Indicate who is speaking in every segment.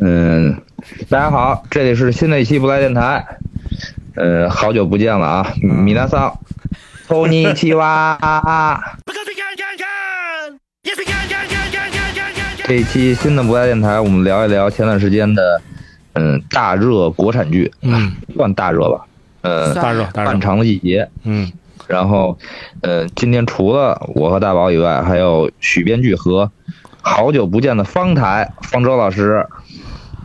Speaker 1: 嗯，大家好，这里是新的一期不来电台。呃，好久不见了啊，米娜桑，托尼奇娃。 这一期新的不来电台，我们聊一聊前段时间的，嗯，大热国产剧，
Speaker 2: 嗯，
Speaker 1: 算大热吧，呃，
Speaker 2: 大热大
Speaker 1: 漫
Speaker 2: 热，
Speaker 1: 长的季节。
Speaker 2: 嗯
Speaker 1: 然后，呃，今天除了我和大宝以外，还有许编剧和好久不见的方台方舟老师。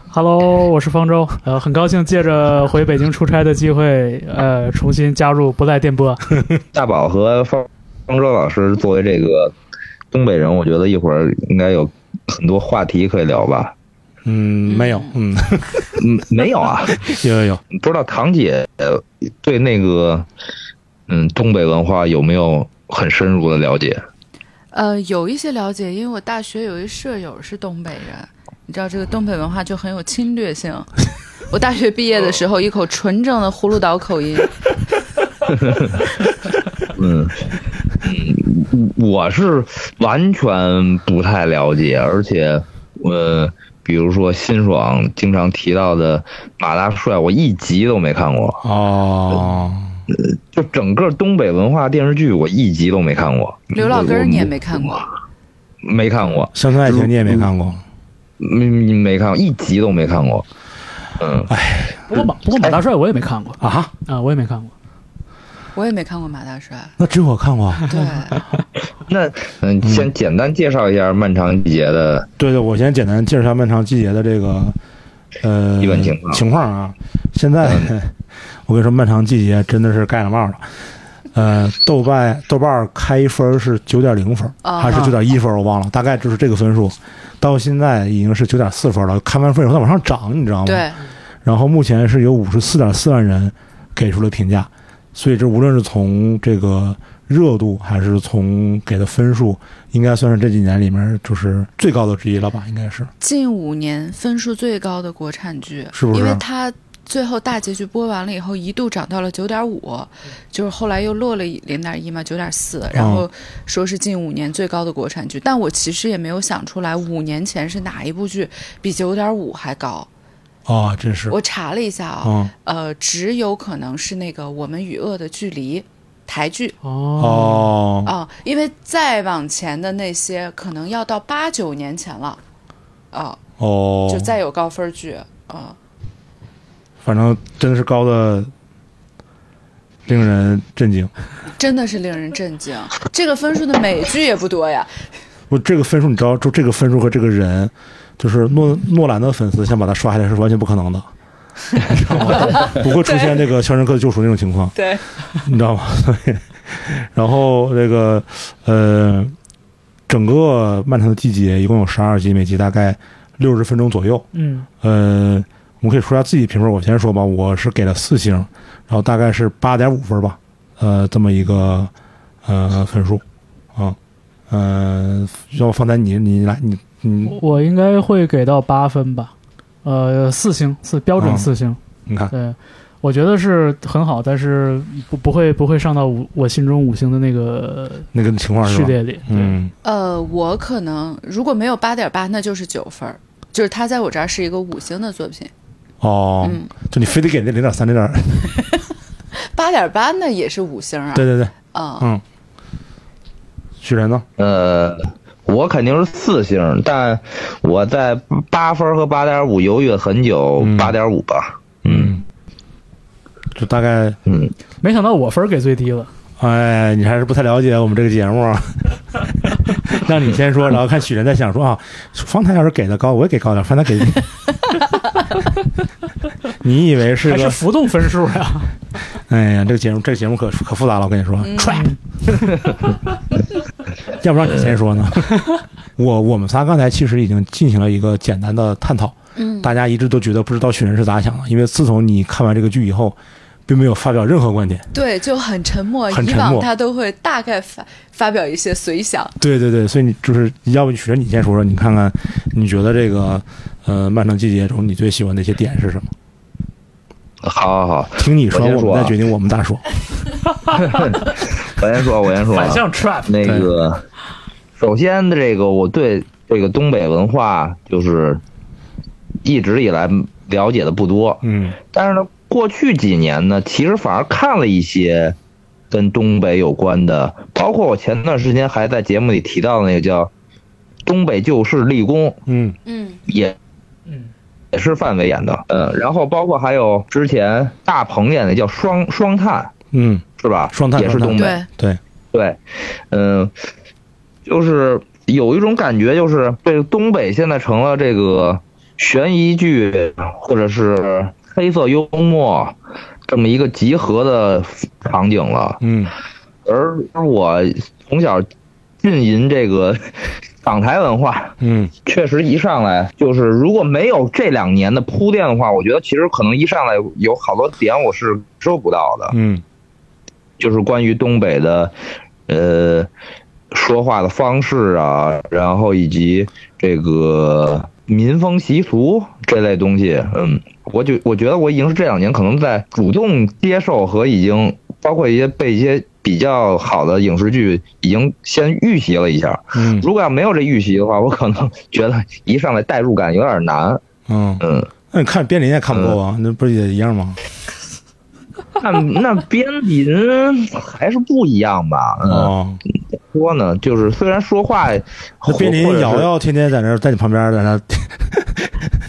Speaker 3: Hello，我是方舟，呃，很高兴借着回北京出差的机会，呃，重新加入不赖电波。
Speaker 1: 大宝和方方舟老师作为这个东北人，我觉得一会儿应该有很多话题可以聊吧。
Speaker 2: 嗯，没有，嗯，
Speaker 1: 嗯，没有啊，
Speaker 2: 有有有，
Speaker 1: 不知道堂姐呃对那个嗯东北文化有没有很深入的了解？
Speaker 4: 呃，有一些了解，因为我大学有一舍友是东北人，你知道这个东北文化就很有侵略性。 我大学毕业的时候，一口纯正的葫芦岛口音，
Speaker 1: 嗯嗯，我是完全不太了解，而且呃，比如说辛爽经常提到的马大帅，我一集都没看过。
Speaker 2: 哦，
Speaker 1: 就整个东北文化电视剧，我一集都没看过。
Speaker 4: 刘老根儿你也没 看过，
Speaker 1: 没看过，
Speaker 2: 乡村爱情你也没看过，
Speaker 1: 没没看过，一集都没看过。嗯，
Speaker 3: 不过马不过马大帅我也没看过啊
Speaker 2: 啊？
Speaker 3: 我也没看过。
Speaker 4: 我也没看过马大帅。
Speaker 2: 那只有我看过。
Speaker 4: 对，
Speaker 1: 那嗯，先简单介绍一下《漫长季节》的，
Speaker 2: 对对，我先简单介绍一下漫长季节的这个呃
Speaker 1: 基本情况
Speaker 2: 情况啊。现在 我跟你说，漫长季节真的是盖了帽了。呃，豆瓣豆瓣开分是九点零分，
Speaker 4: 啊
Speaker 2: 还是九点一分，我忘了，大概就是这个分数。到现在已经是九点四分了，看完分以后它往上涨，你知道吗？
Speaker 4: 对，
Speaker 2: 然后目前是有五十四点四万人给出了评价，所以这无论是从这个热度还是从给的分数，应该算是这几年里面就是最高的之一了吧？应该是
Speaker 4: 近五年分数最高的国产剧，
Speaker 2: 是不是
Speaker 4: 因为它最后大结局播完了以后，一度涨到了九点五，就是后来又落了零点一嘛，九点四，
Speaker 2: 哦
Speaker 4: 然后说是近五年最高的国产剧，但我其实也没有想出来五年前是哪一部剧比九点五还高。
Speaker 2: 哦，真是
Speaker 4: 我查了一下啊、
Speaker 2: 嗯
Speaker 4: 呃，只有可能是那个《我们与恶的距离》台剧
Speaker 3: 哦，
Speaker 2: 哦
Speaker 4: 啊、因为再往前的那些可能要到八九年前了，啊、
Speaker 2: 哦
Speaker 4: 就，再有高分剧啊。
Speaker 2: 反正真的是高的令人震惊。
Speaker 4: 真的是令人震惊。这个分数的美剧也不多呀，
Speaker 2: 我这个分数你知道，就这个分数和这个人，就是诺诺兰的粉丝想把他刷下来是完全不可 能的。你知道吗？不会出现那个《肖申克的救赎》那种情况。
Speaker 4: 对，
Speaker 2: 你知道吗？所以，然后这个呃，整个漫长的季节一共有十二集，每集大概六十分钟左右。
Speaker 3: 嗯，
Speaker 2: 呃，我们可以说一下自己评分。我先说吧，我是给了四星，然后大概是八点五分吧，呃，这么一个呃分数啊，嗯、呃，要不方才你你来你你
Speaker 3: 我应该会给到八分吧，呃，四星，四标准
Speaker 2: 嗯
Speaker 3: 四星。
Speaker 2: 你看，
Speaker 3: 对，我觉得是很好，但是不不会不会上到五我心中五星的那个
Speaker 2: 那个情况是
Speaker 3: 序
Speaker 2: 吧？
Speaker 3: 列里。对，
Speaker 2: 嗯，
Speaker 4: 呃，我可能如果没有八点八，那就是九分儿，就是它在我这儿是一个五星的作品。
Speaker 2: 哦，
Speaker 4: 嗯，啊
Speaker 2: 就你非得给那零点三这点儿，
Speaker 4: 八点八那也是五星啊。
Speaker 2: 对对对，
Speaker 4: 啊、
Speaker 2: 嗯，许晨呢？
Speaker 1: 呃，我肯定是四星，但我在八分和八点五犹豫了很久
Speaker 2: 嗯，
Speaker 1: 八点五吧。
Speaker 2: 嗯，就大概，
Speaker 1: 嗯，
Speaker 3: 没想到我分儿给最低了。
Speaker 2: 哎，你还是不太了解我们这个节目啊，让你先说，然后看许晨再想说啊，方太要是给的高，我也给高点，方太给，你以为是
Speaker 3: 还是
Speaker 2: 个？
Speaker 3: 浮动分数呀、
Speaker 2: 哎呀，这个节目，这个节目可可复杂了，我跟你说，
Speaker 4: 嗯，
Speaker 2: 要不让你先说呢？我我们仨刚才其实已经进行了一个简单的探讨，
Speaker 4: 嗯，
Speaker 2: 大家一直都觉得不知道许晨是咋想的，因为自从你看完这个剧以后，并没有发表任何观点。
Speaker 4: 对，就很沉默。
Speaker 2: 很沉
Speaker 4: 以往
Speaker 2: 默
Speaker 4: 他都会大概发发表一些随想。
Speaker 2: 对对对，所以你就是要不许你先说说，你看看你觉得这个呃《漫长季节》中你最喜欢的一些点是什么？
Speaker 1: 好好好，
Speaker 2: 听你说，
Speaker 1: 我先说
Speaker 2: 我
Speaker 1: 啊
Speaker 2: 们再决定我们大说。
Speaker 1: 我先说，我先说啊。
Speaker 3: 反向 trap。
Speaker 1: 那个，首先这个我对这个东北文化就是一直以来了解的不多，
Speaker 2: 嗯
Speaker 1: 但是呢，过去几年呢，其实反而看了一些跟东北有关的，包括我前段时间还在节目里提到的那个叫《东北旧事立功》，
Speaker 2: 嗯
Speaker 4: 嗯
Speaker 1: 也
Speaker 3: 嗯
Speaker 1: 也是范伟演的，嗯，然后包括还有之前大鹏演的叫《双双探》，
Speaker 2: 嗯，
Speaker 1: 是吧？
Speaker 2: 双探
Speaker 1: 也是
Speaker 2: 双
Speaker 1: 东
Speaker 2: 探
Speaker 1: 北，
Speaker 4: 对，
Speaker 2: 对，
Speaker 1: 对，嗯、就是有一种感觉，就是对东北现在成了这个悬疑剧或者是黑色幽默这么一个集合的场景了。
Speaker 2: 嗯
Speaker 1: 而我从小浸淫这个 港台文化，
Speaker 2: 嗯
Speaker 1: 确实一上来就是如果没有这两年的铺垫的话，我觉得其实可能一上来有好多点我是收不到的。
Speaker 2: 嗯
Speaker 1: 就是关于东北的，呃，说话的方式啊，然后以及这个民风习俗这类东西，嗯，我就我觉得我已经是这两年可能在主动接受和已经包括一些被一些比较好的影视剧已经先预习了一下。
Speaker 2: 嗯
Speaker 1: 如果要没有这预习的话，我可能 觉得一上来代入感有点难，
Speaker 2: 嗯，
Speaker 1: 嗯。
Speaker 2: 那你看边林也看不够啊，那不是也一样吗？
Speaker 1: 那那边邻还是不一样吧？嗯，
Speaker 2: 哦，
Speaker 1: 说呢，就是虽然说话，
Speaker 2: 那边
Speaker 1: 或
Speaker 2: 林
Speaker 1: 者
Speaker 2: 瑶
Speaker 1: 是
Speaker 2: 瑶天天在那儿在你旁边，在那儿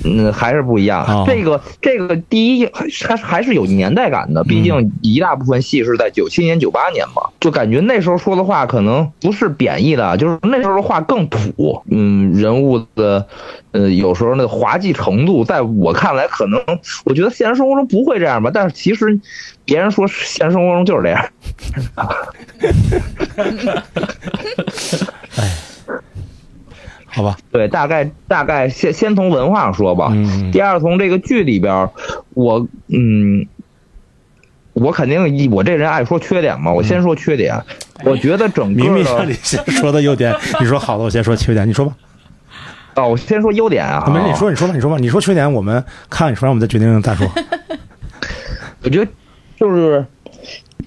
Speaker 1: 嗯还是不一样。
Speaker 2: 哦
Speaker 1: 这个这个第一，它还是有年代感的，毕
Speaker 2: 嗯
Speaker 1: 竟一大部分戏是在九七年、九八年嘛，就感觉那时候说的话可能不是贬义的，就是那时候的话更土。嗯，人物的呃有时候那滑稽程度，在我看来，可能我觉得现实生活中不会这样吧，但是其实别人说现实生活中就是这样。
Speaker 2: 好吧？
Speaker 1: 对，大概大概先先从文化上说吧。
Speaker 2: 嗯
Speaker 1: 第二，从这个剧里边儿，我嗯，我肯定一我这人爱说缺点嘛，我先说缺点。我觉得整
Speaker 2: 嗯明
Speaker 1: 个
Speaker 2: 明像
Speaker 1: 的
Speaker 2: 你先说的优点，你说好的，我先说缺点，你说吧。
Speaker 1: 哦，我先说优点啊。
Speaker 2: 没事，你说，你说吧，你说吧，你说缺点，我们看你说完，我们再决定再说。
Speaker 1: 我觉得就是。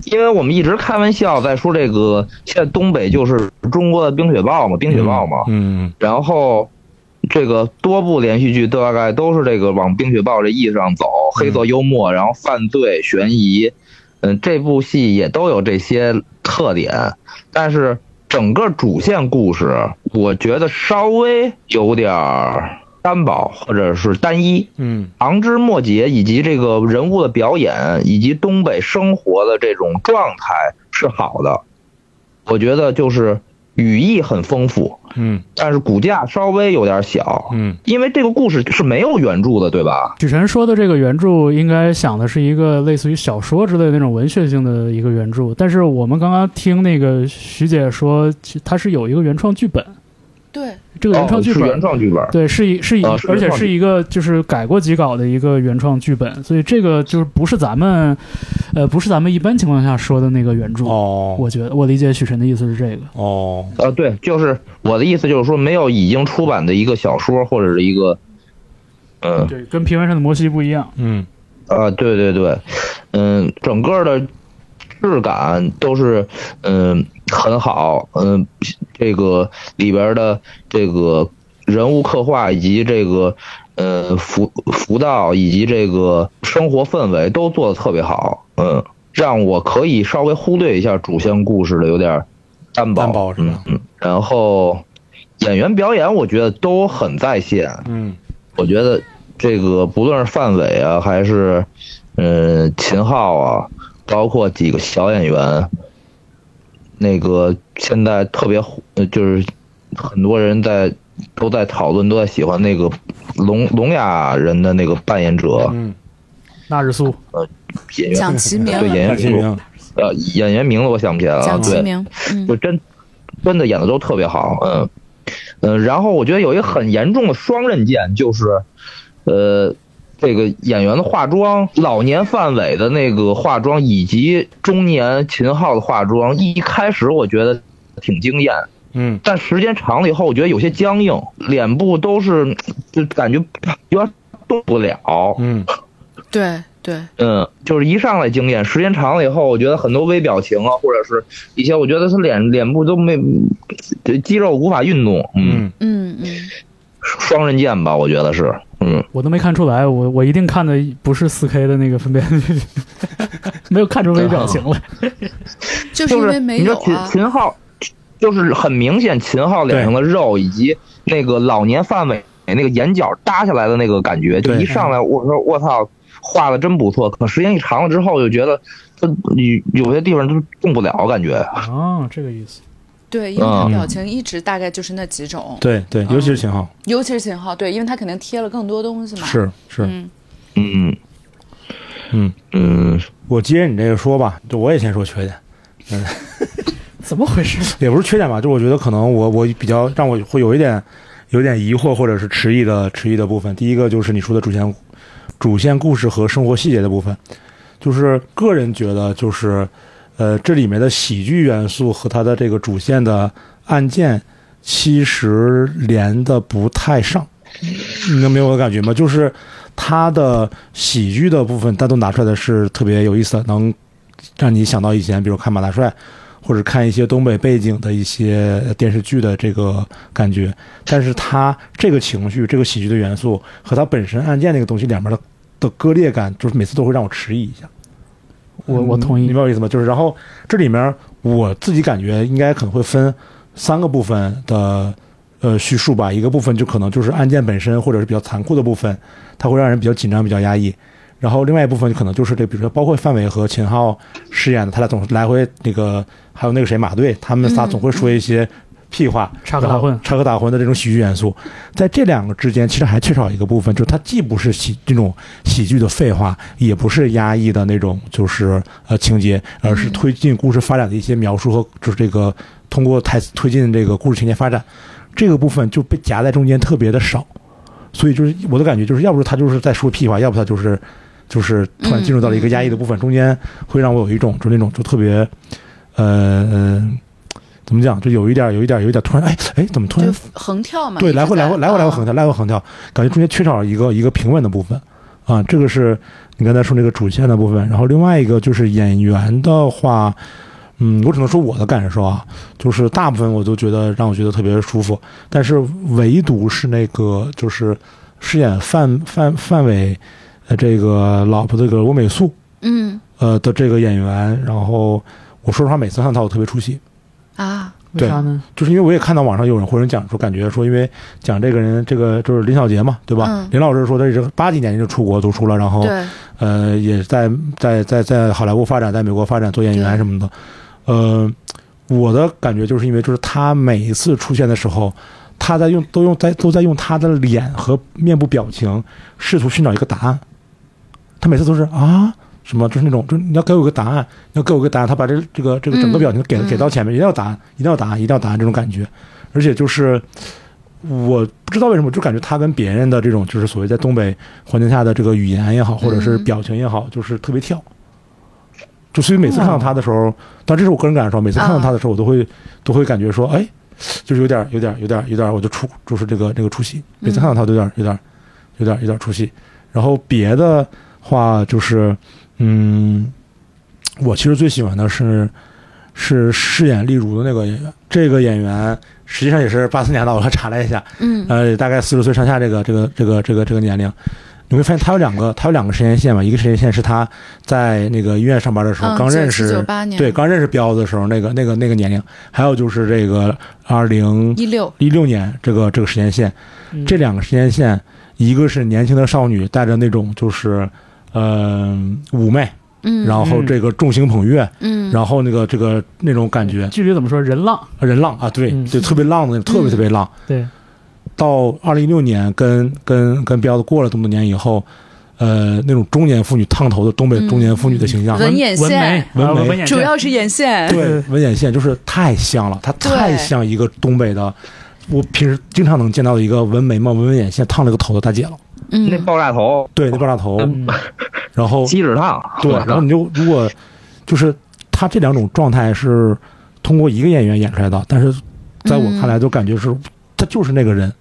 Speaker 1: 因为我们一直开玩笑在说这个，现在东北就是中国的冰雪暴嘛，冰雪暴嘛。
Speaker 2: 嗯
Speaker 1: 然后这个多部连续剧大概都是这个往冰雪暴这意识上走，黑色幽默，然后犯罪悬疑，嗯，这部戏也都有这些特点，但是整个主线故事，我觉得稍微有点儿单薄或者是单一。
Speaker 2: 嗯
Speaker 1: 旁枝末节，以及这个人物的表演，以及东北生活的这种状态是好的，我觉得就是语义很丰富，
Speaker 2: 嗯
Speaker 1: 但是骨架稍微有点小，
Speaker 2: 嗯
Speaker 1: 因为这个故事是没有原著的，对吧？
Speaker 3: 许晨说的这个原著，应该想的是一个类似于小说之类的那种文学性的一个原著，但是我们刚刚听那个徐姐说，其它是有一个原创剧本，
Speaker 4: 对，
Speaker 3: 这个原创剧
Speaker 1: 哦、是
Speaker 3: 本，
Speaker 1: 原创剧本，
Speaker 3: 对，是一是一，
Speaker 1: 啊是
Speaker 3: 而且
Speaker 1: 原创
Speaker 3: 是一个就是改过几稿的一个原创剧本，所以这个就是不是咱们，呃，不是咱们一般情况下说的那个原著。
Speaker 2: 哦
Speaker 3: 我觉得我理解许晨的意思是这个。
Speaker 2: 哦
Speaker 1: 呃，对，就是我的意思就是说，没有已经出版的一个小说或者是一个，嗯
Speaker 3: 对，跟平原上的摩西不一样。
Speaker 2: 嗯
Speaker 1: 啊、对对对，嗯，整个的质感都是嗯很好，嗯，这个里边的这个人物刻画以及这个呃辅辅导以及这个生活氛围都做的特别好，嗯，让我可以稍微忽略一下主线故事的有点单薄，
Speaker 2: 单薄是吧
Speaker 1: 嗯嗯，然后演员表演我觉得都很在线，
Speaker 2: 嗯
Speaker 1: 我觉得这个不论是范伟啊，还是嗯、呃秦昊啊，包括几个小演员，那个现在特别火，呃就是很多人在都在讨论，都在喜欢那个聋聋哑人的那个扮演者
Speaker 2: 嗯，
Speaker 3: 纳日苏，
Speaker 1: 演员，
Speaker 4: 蒋奇明，
Speaker 1: 对演员
Speaker 2: 看清
Speaker 1: 名
Speaker 2: 明，
Speaker 1: 呃演员名字我想不起来了啊，
Speaker 4: 蒋
Speaker 1: 对
Speaker 4: 奇，明，嗯
Speaker 1: 就真真的演的都特别好，嗯嗯，然后我觉得有一个很严重的双刃剑，就是呃，这个演员的化妆，老年范伟的那个化妆，以及中年秦昊的化妆，一开始我觉得挺惊艳，
Speaker 2: 嗯
Speaker 1: 但时间长了以后，我觉得有些僵硬，脸部都是就感觉有点动不了，
Speaker 2: 嗯
Speaker 4: 对对，
Speaker 1: 嗯，就是一上来经验，时间长了以后，我觉得很多微表情啊，或者是一些，我觉得他脸脸部都没，嗯这肌肉无法运动，，
Speaker 2: 嗯
Speaker 4: 嗯嗯
Speaker 1: 双刃剑吧，我觉得是，嗯，
Speaker 3: 我都没看出来，我我一定看的不是四 K 的那个分辨率， 没有看出微表情来。
Speaker 4: 就是
Speaker 1: 就
Speaker 4: 因
Speaker 1: 是
Speaker 4: 为没
Speaker 1: 你
Speaker 4: 有
Speaker 1: 说秦
Speaker 4: 啊。
Speaker 1: 秦昊，就是很明显秦昊脸上的肉以及那个老年范伟那个眼角耷下来的那个感觉，就
Speaker 2: 对
Speaker 1: 一上来我说我操，画的真不错。可时间一长了之后，就觉得他有有些地方都动不了，感觉。
Speaker 3: 哦，这个意思。
Speaker 4: 对，因为他
Speaker 1: 嗯
Speaker 4: 表情一直大概就是那几种，
Speaker 2: 对对，尤其是秦昊，
Speaker 4: 尤其是秦昊，对，因为他肯定贴了更多东西嘛。，
Speaker 2: 是是，
Speaker 4: 嗯，
Speaker 1: 嗯
Speaker 2: 嗯，
Speaker 1: 嗯，
Speaker 2: 我接着你这个说吧，就我也先说缺点，
Speaker 3: 怎么回事？
Speaker 2: 也不是缺点吧，就我觉得可能我我比较让我会有一点有一点疑惑或者是迟疑的迟疑的部分。第一个就是你说的主线主线故事和生活细节的部分，就是个人觉得就是呃这里面的喜剧元素和它的这个主线的案件其实连的不太上，你能明白我的感觉吗？就是它的喜剧的部分单独拿出来的是特别有意思的，能让你想到以前比如看马大帅。或者看一些东北背景的一些呃电视剧的这个感觉，但是它这个情绪、这个喜剧的元素和它本身案件那个东西两边的的割裂感，就是每次都会让我迟疑一下。
Speaker 3: 我我同
Speaker 2: 你
Speaker 3: 意
Speaker 2: 明。白我意思吗？就是然后这里面我自己感觉应该可能会分三个部分的呃叙述吧，一个部分就可能就是案件本身或者是比较残酷的部分，它会让人比较紧张、比较压抑。然后另外一部分可能就是这，比如说包括范伟和秦昊饰演的，他俩总是来回那个，还有那个谁马队，他们仨总会说一些屁话，
Speaker 3: 插 科打诨
Speaker 2: 然后插科打诨的这种喜剧元素，在这两个之间其实还缺少一个部分，就是它既不是喜这种喜剧的废话，也不是压抑的那种就是呃情节，而是推进故事发展的一些描述和就是这个通过台词推进这个故事情节发展，这个部分就被夹在中间特别的少，所以就是我的感觉就是，要不是他就是在说屁话，要不他就是就是
Speaker 3: 嗯
Speaker 2: 突然进入到了一个压抑的部分，中间会让我有一种就那种就特别呃。呃怎么讲？就有一点，有一点，有一点，突然，哎，哎，怎么突然
Speaker 4: 就横跳嘛。
Speaker 2: 对，
Speaker 4: 一直
Speaker 2: 来回来回
Speaker 4: 在
Speaker 2: 来回来回横
Speaker 4: 啊
Speaker 2: 跳，来回横跳，感觉中间缺少一个一个平稳的部分啊。这个是你刚才说那个主线的部分，然后另外一个就是演员的话，嗯，我只能说我的感受啊，就是大部分我都觉得让我觉得特别舒服，但是唯独是那个就是饰演范范范伟呃这个老婆这个翁美素
Speaker 4: 嗯
Speaker 2: 呃的这个演员，然后我说实话，每次看他我特别出戏。
Speaker 4: 啊，
Speaker 3: 为啥呢？
Speaker 2: 就是因为我也看到网上有人或者讲说，感觉说因为讲这个人，这个就是林小杰嘛，对吧？
Speaker 4: 嗯
Speaker 2: 林老师说他是八几年就出国读书了，然后
Speaker 4: 对，嗯
Speaker 2: 呃也在在在在好莱坞发展，在美国发展做演员
Speaker 4: 对
Speaker 2: 什么的。呃，我的感觉就是因为就是他每一次出现的时候，他在用都用在都在用他的脸和面部表情试图寻找一个答案。他每次都是啊什么，就是那种，就是你要给我一个答案，你要给我一个答案。他把这这个这个整个表情给、
Speaker 4: 嗯
Speaker 2: 给到前面，一定要答案，一定要答案，一定要答案这种感觉。而且就是我不知道为什么，就感觉他跟别人的这种就是所谓在东北环境下的这个语言也好，或者是
Speaker 4: 嗯
Speaker 2: 表情也好，就是特别跳。就所以每次看到他的时候，但这是我个人感受，每次看到他的时候，我都会都会感觉说，哎，就是有点儿有点儿有点儿有点儿，我就出就是这个这个出戏，每次看到他都有点儿有点儿有点儿有点儿出戏。然后别的话就是，嗯，我其实最喜欢的是是饰演例如的那个演员，这个演员实际上也是八四年的，我查了一下，
Speaker 4: 嗯
Speaker 2: 呃，大概四十岁上下这个这个这个这个这个年龄，你会发现他有两个他有两个时间线嘛，一个时间线是他在那个医院上班的时候
Speaker 4: 嗯
Speaker 2: 刚认识，
Speaker 4: 97-98年
Speaker 2: 对，刚认识彪子的时候那个那个那个年龄，还有就是这个二零
Speaker 4: 一六
Speaker 2: 一六年这个这个时间线，
Speaker 3: 嗯
Speaker 2: 这两个时间线，一个是年轻的少女带着那种就是呃妩媚，
Speaker 4: 嗯，
Speaker 2: 然后这个众星捧月，
Speaker 4: 嗯，
Speaker 2: 然后那个这个那种感觉，
Speaker 3: 剧里怎么说？人浪。
Speaker 2: 人浪啊，对
Speaker 3: 嗯
Speaker 2: 对，特别浪的那种，特别特
Speaker 4: 嗯
Speaker 2: 别浪。
Speaker 3: 对，
Speaker 2: 到二零一六年跟跟跟彪子过了这么多年以后，呃，那种中年妇女烫头的东北中年妇女的形象，
Speaker 4: 嗯文眼
Speaker 3: 纹眉
Speaker 4: 线，
Speaker 2: 纹
Speaker 3: 啊
Speaker 2: 眉
Speaker 3: 纹眼线
Speaker 4: 主要是眼线，
Speaker 2: 对
Speaker 3: 对
Speaker 2: 文眼线就是太像了，她太
Speaker 4: 对
Speaker 2: 像一个东北的，我平时经常能见到的一个纹眉毛、纹眼线、烫了个头的大姐了。
Speaker 1: 那
Speaker 4: 嗯，
Speaker 1: 爆炸头，
Speaker 2: 对，那爆炸头，
Speaker 3: 嗯
Speaker 2: 然后
Speaker 1: 锡纸烫，
Speaker 2: 对，然后你就如果就是他这两种状态是通过一个演员演出来的，但是在我
Speaker 4: 嗯
Speaker 2: 看来都感觉是、他就是那个人，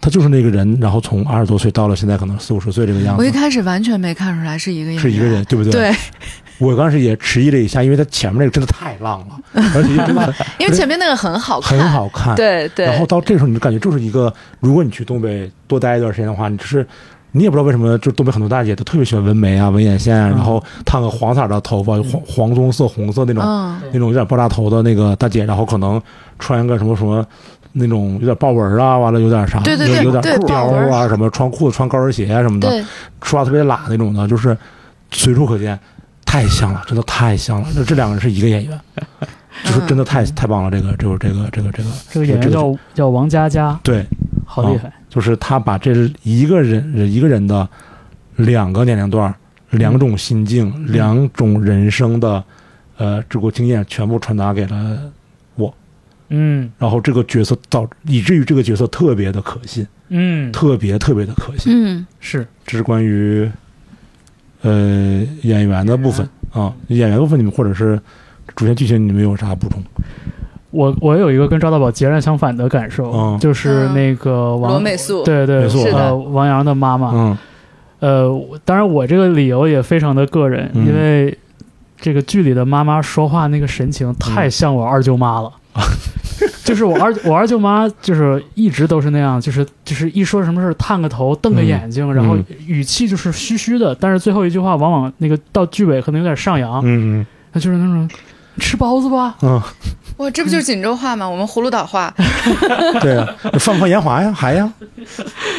Speaker 2: 他就是那个人，然后从二十多岁到了现在可能四五十岁这个样
Speaker 4: 我一
Speaker 2: 子，
Speaker 4: 开始完全没看出来是一个演员，
Speaker 2: 是一个人，对不对？
Speaker 4: 对，
Speaker 2: 我刚开始也迟疑了一下，因为它前面那个真的太浪 了，而且真的
Speaker 4: 因为前面那个很好看，
Speaker 2: 很好看。
Speaker 4: 对对。
Speaker 2: 然后到这时候，你就感觉就是一个，如果你去东北多待一段时间的话，你就是你也不知道为什么，就东北很多大姐都特别喜欢纹眉啊、纹眼
Speaker 4: 嗯
Speaker 2: 线啊，然后烫个黄色的头发，黄黄棕色、红色那种、
Speaker 4: 嗯
Speaker 2: 那种有点爆炸头的那个大姐，然后可能穿个什么什么。那种有点豹纹啊，完了有点啥，
Speaker 4: 对对对
Speaker 2: 有有点
Speaker 4: 对豹
Speaker 2: 貂
Speaker 4: 纹
Speaker 2: 啊什么，穿裤子穿高跟鞋啊什么的，
Speaker 4: 对，
Speaker 2: 说话特别拉那种的，就是随处可见，太像了，真的太像了。这这两个人是一个演员，就是真的太太棒了。这个这个这个这个这个
Speaker 3: 这个演员叫叫王佳佳，
Speaker 2: 对，
Speaker 3: 好厉害。
Speaker 2: 就是他把这一个人一个人的两个年龄段、两种心境、两种人生的呃这个经验全部传达给了我。
Speaker 3: 嗯
Speaker 2: 然后这个角色导以至于这个角色特别的可信，
Speaker 3: 嗯，
Speaker 2: 特别特别的可信。
Speaker 4: 嗯
Speaker 3: 是
Speaker 2: 这是关于呃演员的部分啊，演员部分你们或者是主线剧情你们有啥补充？
Speaker 3: 我我有一个跟赵大宝截然相反的感受，
Speaker 2: 嗯
Speaker 3: 就是那个王
Speaker 4: 罗美素，
Speaker 3: 对对
Speaker 2: 美素是的
Speaker 3: 呃王阳的妈妈。
Speaker 4: 啊
Speaker 2: 嗯
Speaker 3: 呃，我当然我这个理由也非常的个人，
Speaker 2: 嗯
Speaker 3: 因为这个剧里的妈妈说话那个神情太像我二 舅妈了。就是我二我二舅妈，就是一直都是那样，就是就是一说什么事儿探个头、瞪个眼睛，然后
Speaker 2: 嗯
Speaker 3: 语气就是虚虚的，但是最后一句话往往那个到句尾可能有点上扬，
Speaker 2: 嗯
Speaker 3: 她就是那种吃包子吧，
Speaker 2: 嗯
Speaker 4: 啊哇，这不就是锦州话吗？我们葫芦岛话，
Speaker 2: 嗯， 对啊，放不放延华呀？还呀？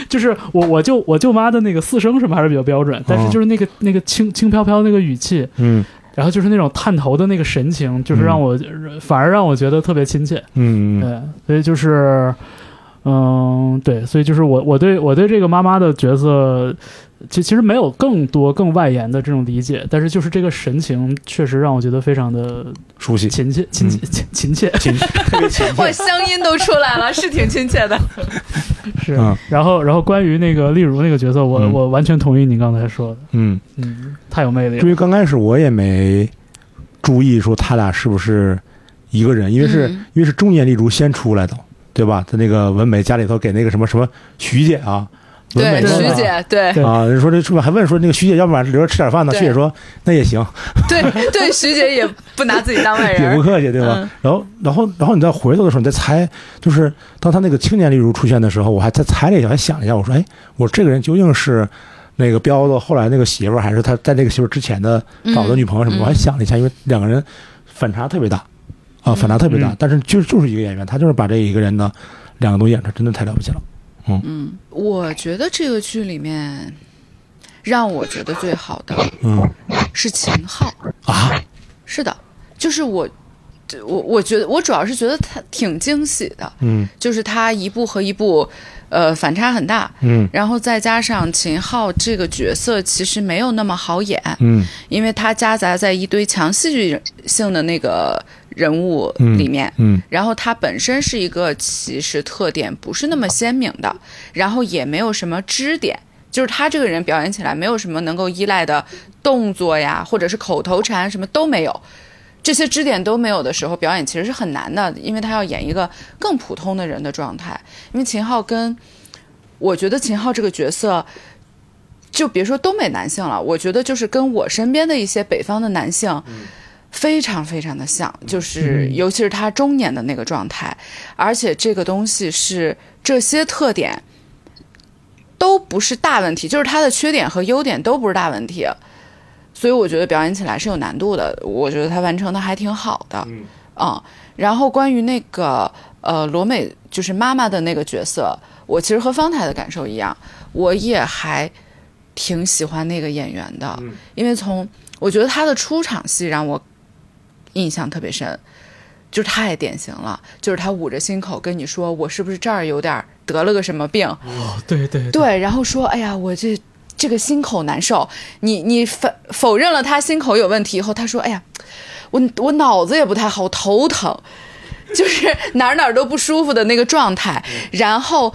Speaker 3: 就是我我舅我舅妈的那个四声什么还是比较标准，
Speaker 2: 哦
Speaker 3: 但是就是那个、那个轻轻飘飘那个语气，
Speaker 2: 嗯
Speaker 3: 然后就是那种探头的那个神情，就是让我、反而让我觉得特别亲切。
Speaker 2: 嗯
Speaker 3: 对，所以就是，嗯，对，所以就是我我对我对这个妈妈的角色，其其实没有更多更外延的这种理解，但是就是这个神情确实让我觉得非常的
Speaker 2: 熟悉，
Speaker 3: 亲切亲切亲亲切。
Speaker 2: 亲特别亲
Speaker 4: 哇，
Speaker 2: 切。
Speaker 4: 乡音都出来了，是挺亲切的。
Speaker 3: 是
Speaker 2: 嗯，
Speaker 3: 然后然后关于那个丽茹那个角色，我、
Speaker 2: 嗯
Speaker 3: 我完全同意你刚才说的，
Speaker 2: 嗯，
Speaker 3: 嗯，太有魅力了
Speaker 2: 因。为刚开始我也没注意说他俩是不是一个人，因为是、
Speaker 4: 嗯
Speaker 2: 因为是中年丽竹先出来的，对吧？他那个文美家里头给那个什么什么徐姐啊，文
Speaker 4: 对
Speaker 2: 美，说
Speaker 3: 对
Speaker 4: 徐
Speaker 2: 啊
Speaker 4: 姐， 对
Speaker 3: 对
Speaker 2: 啊，人说这是不是还问说那个徐姐，要不然留着吃点饭呢？
Speaker 4: 对
Speaker 2: 徐姐说那也行，
Speaker 4: 对对，徐姐也不拿自己当外
Speaker 2: 也
Speaker 4: 人
Speaker 2: 不
Speaker 4: 儿。
Speaker 2: 客气，对吧？
Speaker 4: 嗯
Speaker 2: 然后，然后，然后你再回头的时候，你再猜，就是当他那个青年例如出现的时候，我还再猜了一下，还想了一下，我说，哎，我这个人究竟是那个彪子后来那个媳妇儿，还是他在那个媳妇儿之前的找的女朋友什么？
Speaker 4: 嗯嗯
Speaker 2: 我还想了一下，因为两个人反差特别大啊，反差特别大，
Speaker 3: 嗯
Speaker 2: 但是就就是一个演员，他就是把这一个人的两个都演出来，真的太了不起了。
Speaker 4: 嗯，我觉得这个剧里面让我觉得最好的
Speaker 2: 嗯
Speaker 4: 是秦昊。
Speaker 2: 啊，
Speaker 4: 是的，就是我，我我觉得我主要是觉得他挺惊喜的，
Speaker 2: 嗯
Speaker 4: 就是他一步和一步，呃，反差很大。
Speaker 2: 嗯
Speaker 4: 然后再加上秦昊这个角色其实没有那么好演，
Speaker 2: 嗯
Speaker 4: 因为他夹杂在一堆强戏剧性的那个人物里面。
Speaker 2: 嗯
Speaker 4: 然后他本身是一个其实特点不是那么鲜明的，然后也没有什么支点，就是他这个人表演起来没有什么能够依赖的动作呀，或者是口头禅什么都没有，这些支点都没有的时候，表演其实是很难的，因为他要演一个更普通的人的状态。因为秦昊跟我觉得秦昊这个角色。就别说东北男性了，我觉得就是跟我身边的一些北方的男性，非常非常的像，就是
Speaker 3: 嗯
Speaker 4: 尤其是他中年的那个状态，而且这个东西是这些特点都不是大问题，就是他的缺点和优点都不是大问题，所以我觉得表演起来是有难度的，我觉得他完成的还挺好的，嗯然后关于那个呃罗美就是妈妈的那个角色，我其实和方太的感受一样，我也还挺喜欢那个演员的，
Speaker 3: 嗯
Speaker 4: 因为从我觉得他的出场戏让我印象特别深，就是太典型了，就是他捂着心口跟你说我是不是这儿有点儿得了个什么病，
Speaker 3: 哦，对对
Speaker 4: 对，然后说哎呀我这。这个心口难受，你你否否认了他心口有问题以后，他说：“哎呀，我我脑子也不太好，头疼，就是哪儿哪儿都不舒服的那个状态。”然后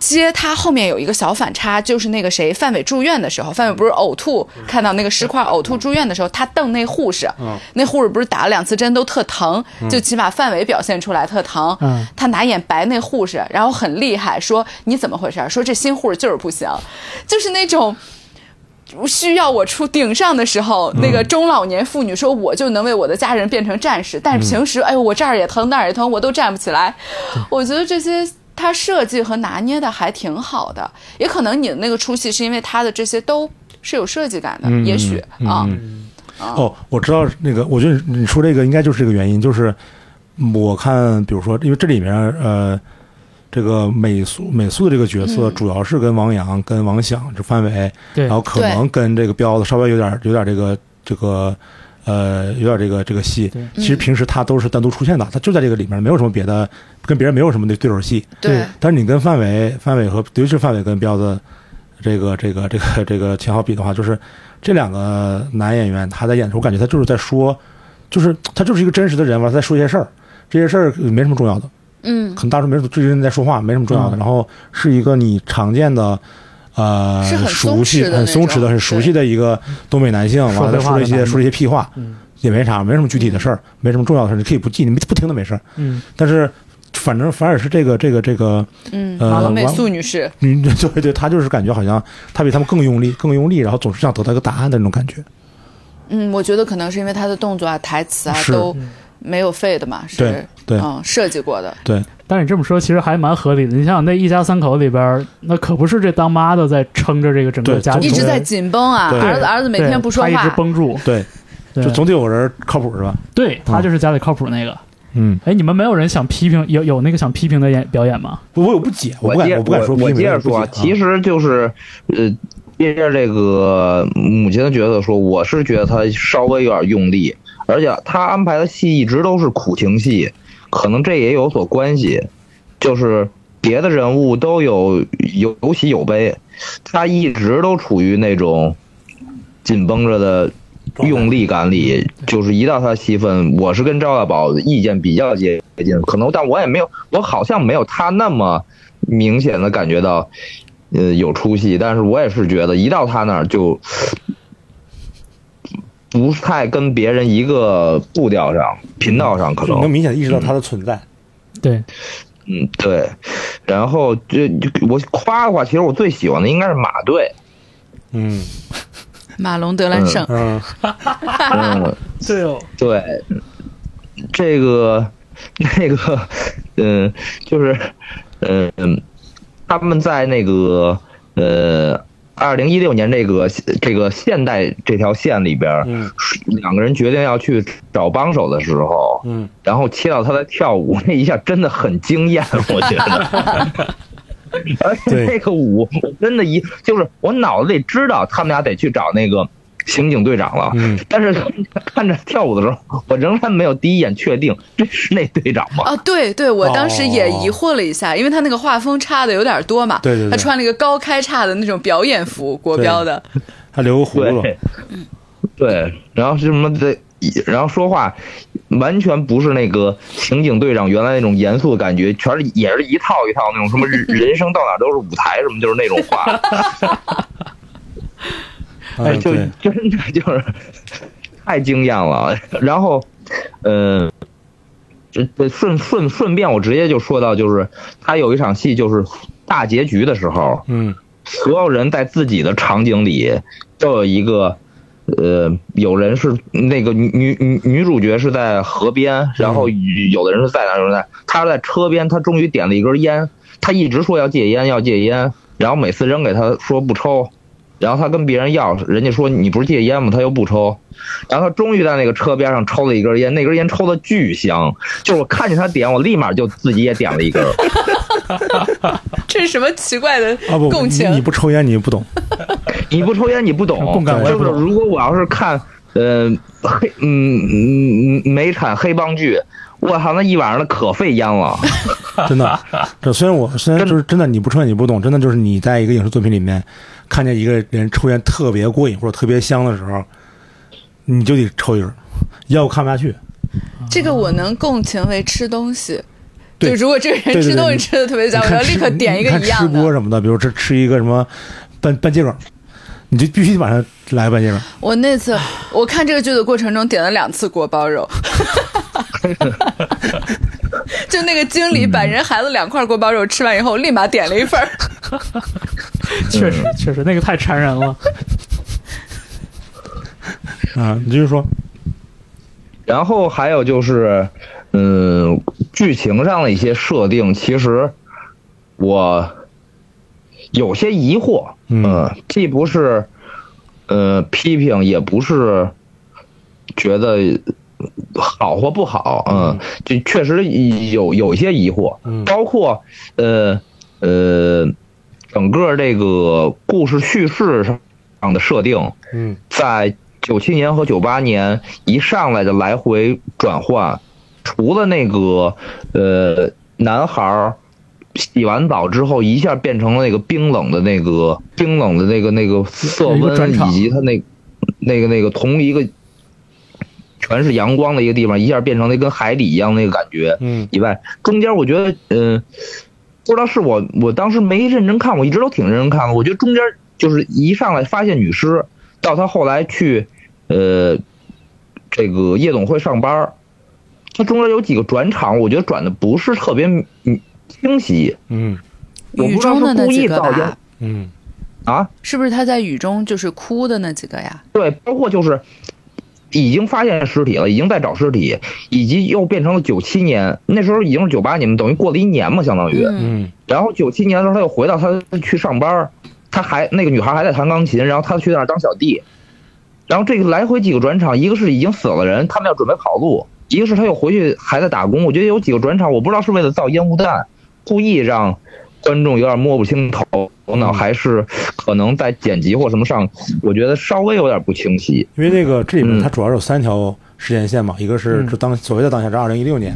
Speaker 4: 接他后面有一个小反差，就是那个谁范伟住院的时候，范伟不是呕吐，看到那个尸块呕吐住院的时候，他瞪那护士，那护士不是打了两次针都特疼，
Speaker 2: 嗯
Speaker 4: 就起码范伟表现出来特疼
Speaker 3: 嗯，
Speaker 4: 他拿眼白那护士，然后很厉害，说你怎么回事儿？说这新护士就是不行，就是那种。需要我出顶上的时候，那
Speaker 2: 嗯
Speaker 4: 个中老年妇女说我就能为我的家人变成战士，
Speaker 2: 嗯
Speaker 4: 但是平时哎呦我这儿也疼那儿也疼，我都站不起来。我觉得这些他设计和拿捏的还挺好的，也可能你的那个出戏是因为他的这些都是有设计感的，
Speaker 2: 嗯
Speaker 4: 也许
Speaker 2: 嗯
Speaker 4: 啊。
Speaker 2: 嗯哦，我知道那个，我觉得你你说这个应该就是这个原因，就是嗯我看，比如说，因为这里面呃，这个美苏美苏的这个角色，
Speaker 4: 嗯
Speaker 2: 主要是跟王阳、跟王响这范伟，
Speaker 3: 对
Speaker 2: 然后可能跟这个彪子稍微有点有点这个这个呃，有点这个这个戏
Speaker 3: 对。
Speaker 2: 其实平时他都是单独出现的，他就在这个里面，没有什么别的，跟别人没有什么的对手戏。
Speaker 4: 对，
Speaker 2: 但是你跟范伟、范伟和尤其是范伟跟彪子，这个这个这个这个秦昊比的话，就是这两个男演员他在演的时候，我感觉他就是在说，就是他就是一个真实的人嘛，他在说一些事儿，这些事儿呃没什么重要的，
Speaker 4: 嗯，
Speaker 2: 可能大众没什么这些人在说话，没什么重要的。
Speaker 3: 嗯
Speaker 2: 然后是一个你常见的。呃，
Speaker 4: 是很
Speaker 2: 熟
Speaker 4: 松
Speaker 2: 悉、
Speaker 4: 弛的
Speaker 2: 很
Speaker 4: 那
Speaker 2: 松弛的、
Speaker 4: 种
Speaker 2: 很熟
Speaker 4: 对
Speaker 2: 悉的呃一个东北男性，
Speaker 3: 说
Speaker 2: 完了
Speaker 3: 废话
Speaker 2: 说了一
Speaker 3: 的男
Speaker 2: 些
Speaker 3: 人
Speaker 2: 说了一些屁话，
Speaker 3: 嗯
Speaker 2: 也没啥，没什么具体的事儿，没什么重要的事儿，你可以不记，你不听的没事儿。
Speaker 3: 嗯，
Speaker 2: 但是，反正反而是这个这个这个，
Speaker 4: 嗯，
Speaker 2: 呃
Speaker 4: 王美
Speaker 2: 王
Speaker 4: 素女士，
Speaker 2: 嗯，对对对，他就是感觉好像他比他们更用力，更用力，然后总是想得到一个答案的那种感觉。
Speaker 4: 嗯，我觉得可能是因为她的动作啊、台词啊
Speaker 2: 是嗯
Speaker 4: 都没有废的嘛，
Speaker 2: 对
Speaker 4: 是
Speaker 2: 对
Speaker 1: 啊
Speaker 4: 嗯设计过的，
Speaker 2: 对，
Speaker 3: 但是你这么说其实还蛮合理的。你想想那一家三口里边儿，那可不是这当妈的在撑着这个整个
Speaker 2: 对
Speaker 3: 家庭，
Speaker 4: 一直在紧绷啊，
Speaker 2: 对
Speaker 4: 儿子儿子每
Speaker 3: 对
Speaker 4: 天不说
Speaker 3: 他一直
Speaker 4: 话，
Speaker 3: 绷住，
Speaker 2: 对，
Speaker 3: 对
Speaker 2: 就总得有人靠谱是吧？
Speaker 3: 对他就是家里靠谱那个。
Speaker 2: 嗯，
Speaker 3: 哎，你们没有人想批评，有有那个想批评的演表演吗？
Speaker 2: 我我有不解，我不
Speaker 1: 接
Speaker 2: 敢，我不敢说批
Speaker 1: 我
Speaker 2: 评，
Speaker 1: 接着
Speaker 2: 不
Speaker 1: 说啊，
Speaker 2: 解
Speaker 1: 其实就是，呃，接着这个母亲的角色说，我是觉得她稍微有点用力，而且她安排的戏一直都是苦情戏，可能这也有所关系，就是别的人物都有有有喜有悲，她一直都处于那种紧绷着的。用力感里，就是一到她戏份，我是跟赵大宝意见比较接近，可能但我也没有，我好像没有她那么明显的感觉到，呃，有出戏。但是我也是觉得，一到他那儿就不太跟别人一个步调上、频道上，可
Speaker 2: 就能
Speaker 1: 能，
Speaker 2: 明显意识到他的存在。
Speaker 3: 对，
Speaker 1: 嗯，对。然后这就我夸的话，其实我最喜欢的应该是马队，
Speaker 2: 嗯
Speaker 4: 马龙德兰胜，
Speaker 2: 嗯，
Speaker 1: 嗯，
Speaker 3: 对哦，
Speaker 1: 对，这个 那个，嗯，就是，嗯，他们在那个呃，二零一六年这个这个现代这条线里边儿，
Speaker 2: 嗯
Speaker 1: 两个人决定要去找帮手的时候，
Speaker 2: 嗯，
Speaker 1: 然后切到他在跳舞 那一下，真的很惊艳，我觉得。 而且
Speaker 2: 对
Speaker 1: 那个舞，我真的一就是我脑子里知道他们俩得去找那个刑警队长了，
Speaker 2: 嗯
Speaker 1: 但是看着跳舞的时候，我仍然没有第一眼确定这是那队长吗？
Speaker 4: 哦，对对，我当时也疑
Speaker 2: 哦
Speaker 4: 惑了一下，因为他那个画风差的有点多嘛。
Speaker 2: 对对对
Speaker 4: 他穿了一个高开叉的那种表演服，国
Speaker 2: 对
Speaker 4: 标的。
Speaker 2: 还留个葫芦。
Speaker 1: 对，对，然后是什么的，然后说话完全不是那个刑警队长原来那种严肃的感觉，全是也是一套一套那种什么人人生到哪都是舞台什么，就是那种话，哎，
Speaker 2: 嗯
Speaker 1: 就
Speaker 2: 对，
Speaker 1: 真的就是太惊艳了。然后，嗯、这这顺顺顺便我直接就说到，就是他有一场戏，就是大结局的时候，
Speaker 2: 嗯
Speaker 1: 所有人在自己的场景里都有一个，呃，有人是那个女女女女主角是在河边，然后有的人是在哪儿有人在，她是在车边，她终于点了一根烟，她一直说要戒烟要戒烟，然后每次扔给她说不抽，然后她跟别人要，人家说你不是戒烟吗？她又不抽，然后她终于在那个车边上抽了一根烟，那根烟抽的巨香，就是我看见她点，我立马就自己也点了一根。
Speaker 4: 这是什么奇怪的
Speaker 2: 啊不，
Speaker 4: 共
Speaker 2: 你
Speaker 4: 情？
Speaker 2: 你不抽烟你不懂。
Speaker 1: 你不抽烟，你不懂。
Speaker 3: 共感我也
Speaker 1: 就
Speaker 3: 不
Speaker 1: 是
Speaker 3: 懂
Speaker 1: 如果我要是看，呃，黑，嗯嗯嗯，美产黑帮剧，我操，那一晚上的可费烟了。
Speaker 2: 真的，这虽然我虽然就是真的，你不抽烟你不懂，真的就是你在一个影视作品里面看见一个人抽烟特别过瘾或者特别香的时候，你就得抽一根，要不看不下去。
Speaker 4: 这个我能共情为吃东西。
Speaker 2: 对
Speaker 4: 就如果这个
Speaker 2: 对对
Speaker 4: 人吃
Speaker 2: 对
Speaker 4: 东西
Speaker 2: 你
Speaker 4: 吃的特别
Speaker 2: 你
Speaker 4: 香，我
Speaker 2: 看
Speaker 4: 要
Speaker 2: 吃
Speaker 4: 立刻点一
Speaker 2: 你
Speaker 4: 个
Speaker 2: 看
Speaker 4: 一样
Speaker 2: 吃播
Speaker 4: 的。
Speaker 2: 什么的，比如这吃一个什么半半鸡爪，你就必须晚上来半鸡爪。
Speaker 4: 我那次我看这个剧的过程中点了两次锅包肉。 就那个经理把人孩子两块锅包肉吃完以后，立马点了一份儿。
Speaker 2: 嗯
Speaker 3: 确实确实那个太馋人了。
Speaker 2: 啊，你继续说。
Speaker 1: 然后还有就是，嗯，剧情上的一些设定，其实我有些疑惑，
Speaker 2: 嗯
Speaker 1: 既不是呃批评，也不是觉得好或不好，嗯，就确实有有一些疑惑，
Speaker 2: 嗯
Speaker 1: 包括呃呃，整个这个故事叙事上的设定，
Speaker 2: 嗯
Speaker 1: 在九七年和九八年一上来的来回转换，除了那个呃男孩儿洗完澡之后一下变成了那个冰冷的那个冰冷的那个那个色
Speaker 3: 有一个
Speaker 1: 温
Speaker 3: 转，场
Speaker 1: 以及他那那个那个从一个全是阳光的一个地方一下变成了跟海里一样那个感觉，
Speaker 2: 嗯
Speaker 1: 以外，中间我觉得，嗯、不知道是我我当时没认真看，我一直都挺认真看的。我觉得中间就是一上来发现女尸，到她后来去，呃，这个夜总会上班儿，它中间有几个转场，我觉得转的不是特别嗯清晰。
Speaker 2: 嗯
Speaker 1: 我
Speaker 4: 雨
Speaker 1: 不知道
Speaker 4: 中的
Speaker 1: 是
Speaker 4: 那
Speaker 1: 故
Speaker 4: 几
Speaker 1: 意
Speaker 4: 个
Speaker 1: 造成
Speaker 4: 吧，
Speaker 2: 嗯
Speaker 1: 啊，
Speaker 4: 是不是他在雨中就是哭的那几个呀？
Speaker 1: 对，包括就是已经发现尸体了，已经在找尸体，以及又变成了九七年，那时候已经是九八年，等于过了一年嘛，相当于。
Speaker 4: 嗯，
Speaker 2: 嗯
Speaker 1: 然后九七年的时候，他又回到他去上班儿，他还那个女孩还在弹钢琴，然后他去那儿当小弟，然后这个来回几个转场，一个是已经死了人，他们要准备跑路，一个是他又回去还在打工。我觉得有几个转场，我不知道是为了造烟雾弹，故意让观众有点摸不清头
Speaker 2: 嗯
Speaker 1: 脑，还是可能在剪辑或什么上，我觉得稍微有点不清晰。
Speaker 2: 因为那个这里面
Speaker 1: 嗯
Speaker 2: 它主要有三条时间线嘛，一个是
Speaker 3: 嗯
Speaker 2: 这当所谓的当下是二零一六年，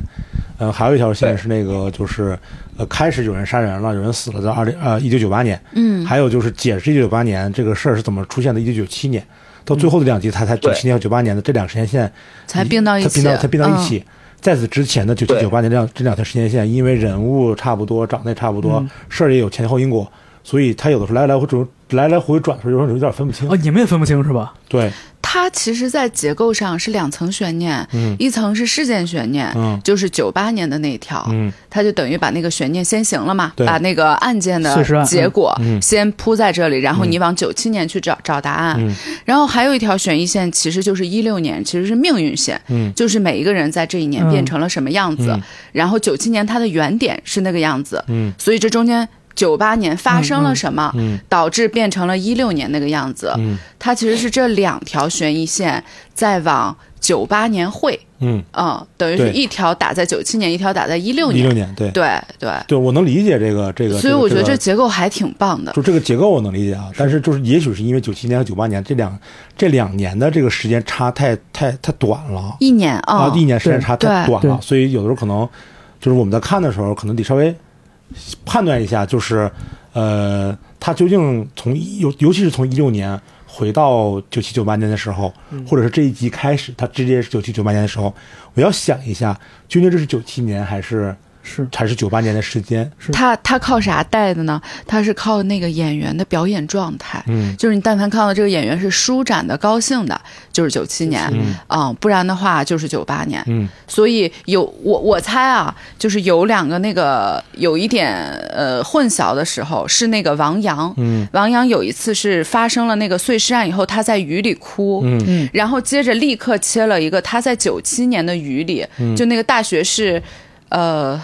Speaker 2: 呃，还有一条线是那个就是呃开始有人杀人了，有人死了，在二零呃一九九八年，
Speaker 4: 嗯
Speaker 2: 还有就是解释一九九八年这个事儿是怎么出现的，一九九七年到最后的两集，它才九
Speaker 1: 对
Speaker 2: 七年和九八年的这两个时间线
Speaker 4: 才并到一
Speaker 2: 它
Speaker 4: 起，
Speaker 2: 并到它并到一
Speaker 4: 嗯
Speaker 2: 起。在此之前的九七
Speaker 1: 对
Speaker 2: 九八年这两这两条时间线，因为人物差不多，长得也差不
Speaker 4: 嗯
Speaker 2: 多，事儿也有前后因果，所以它有的时候来来回转，来来回转的时候，有时候有点分不清
Speaker 3: 哦，。你们也分不清是吧？
Speaker 2: 对，
Speaker 4: 它其实，在结构上是两层悬念，
Speaker 2: 嗯
Speaker 4: 一层是事件悬念，
Speaker 2: 嗯
Speaker 4: 就是九八年的那一条，
Speaker 2: 嗯
Speaker 4: 它就等于把那个悬念先行了嘛，
Speaker 2: 对
Speaker 4: 把那个案件
Speaker 3: 碎尸
Speaker 4: 的
Speaker 3: 案
Speaker 4: 结果
Speaker 2: 嗯嗯
Speaker 4: 先铺在这里，然后你往九七年去找找答案。
Speaker 2: 嗯
Speaker 4: 然后还有一条悬疑线，其实就是一六年，其实是命运线，
Speaker 2: 嗯
Speaker 4: 就是每一个人在这一年
Speaker 3: 嗯
Speaker 4: 变成了什么样子。
Speaker 2: 嗯
Speaker 4: 然后九七年它的原点是那个样子，
Speaker 2: 嗯
Speaker 4: 所以这中间九八年发生了什么，
Speaker 2: 嗯
Speaker 4: 导致变成了一六年那个样子。
Speaker 2: 嗯
Speaker 4: 它其实是这两条悬疑线在往九八年汇，
Speaker 2: 嗯，
Speaker 4: 嗯，等于是
Speaker 2: 对
Speaker 4: 一条打在九七年，一条打在一六
Speaker 2: 一
Speaker 4: 年
Speaker 2: 六，年，对
Speaker 4: 对对。
Speaker 2: 对，我能理解这个这个。
Speaker 4: 所以我觉得
Speaker 2: 这
Speaker 4: 这
Speaker 2: 个
Speaker 4: 结构还挺棒的，
Speaker 2: 就这个结构我能理解啊，但是就是也许是因为九七年和九八年这两这两年的这个时间差太太太短了，
Speaker 4: 一年啊
Speaker 2: 啊，，一年时间差太
Speaker 4: 对
Speaker 2: 短了，
Speaker 3: 对
Speaker 2: 所以有的时候可能就是我们在看的时候，可能得稍微判断一下，就是呃，它究竟从一尤尤其是从一六年回到九七九八年的时候，或者是这一集开始，它直接是九七九八年的时候，我要想一下，究竟这是九七年还是
Speaker 3: 是
Speaker 2: 还是九八年的时间？
Speaker 4: 他他靠啥带的呢？他是靠那个演员的表演状态，
Speaker 2: 嗯
Speaker 4: 就是你但凡看到这个演员是舒展的、高兴的，就是九七年，
Speaker 2: 嗯
Speaker 4: 嗯，不然的话就是九八年。
Speaker 2: 嗯
Speaker 4: 所以有我我猜啊，就是有两个那个有一点呃混淆的时候，是那个王阳，
Speaker 2: 嗯
Speaker 4: 王阳有一次是发生了那个碎尸案以后，他在雨里哭，
Speaker 2: 嗯
Speaker 3: 嗯
Speaker 4: 然后接着立刻切了一个他在九七年的雨里，
Speaker 2: 嗯
Speaker 4: 就那个大学是，呃，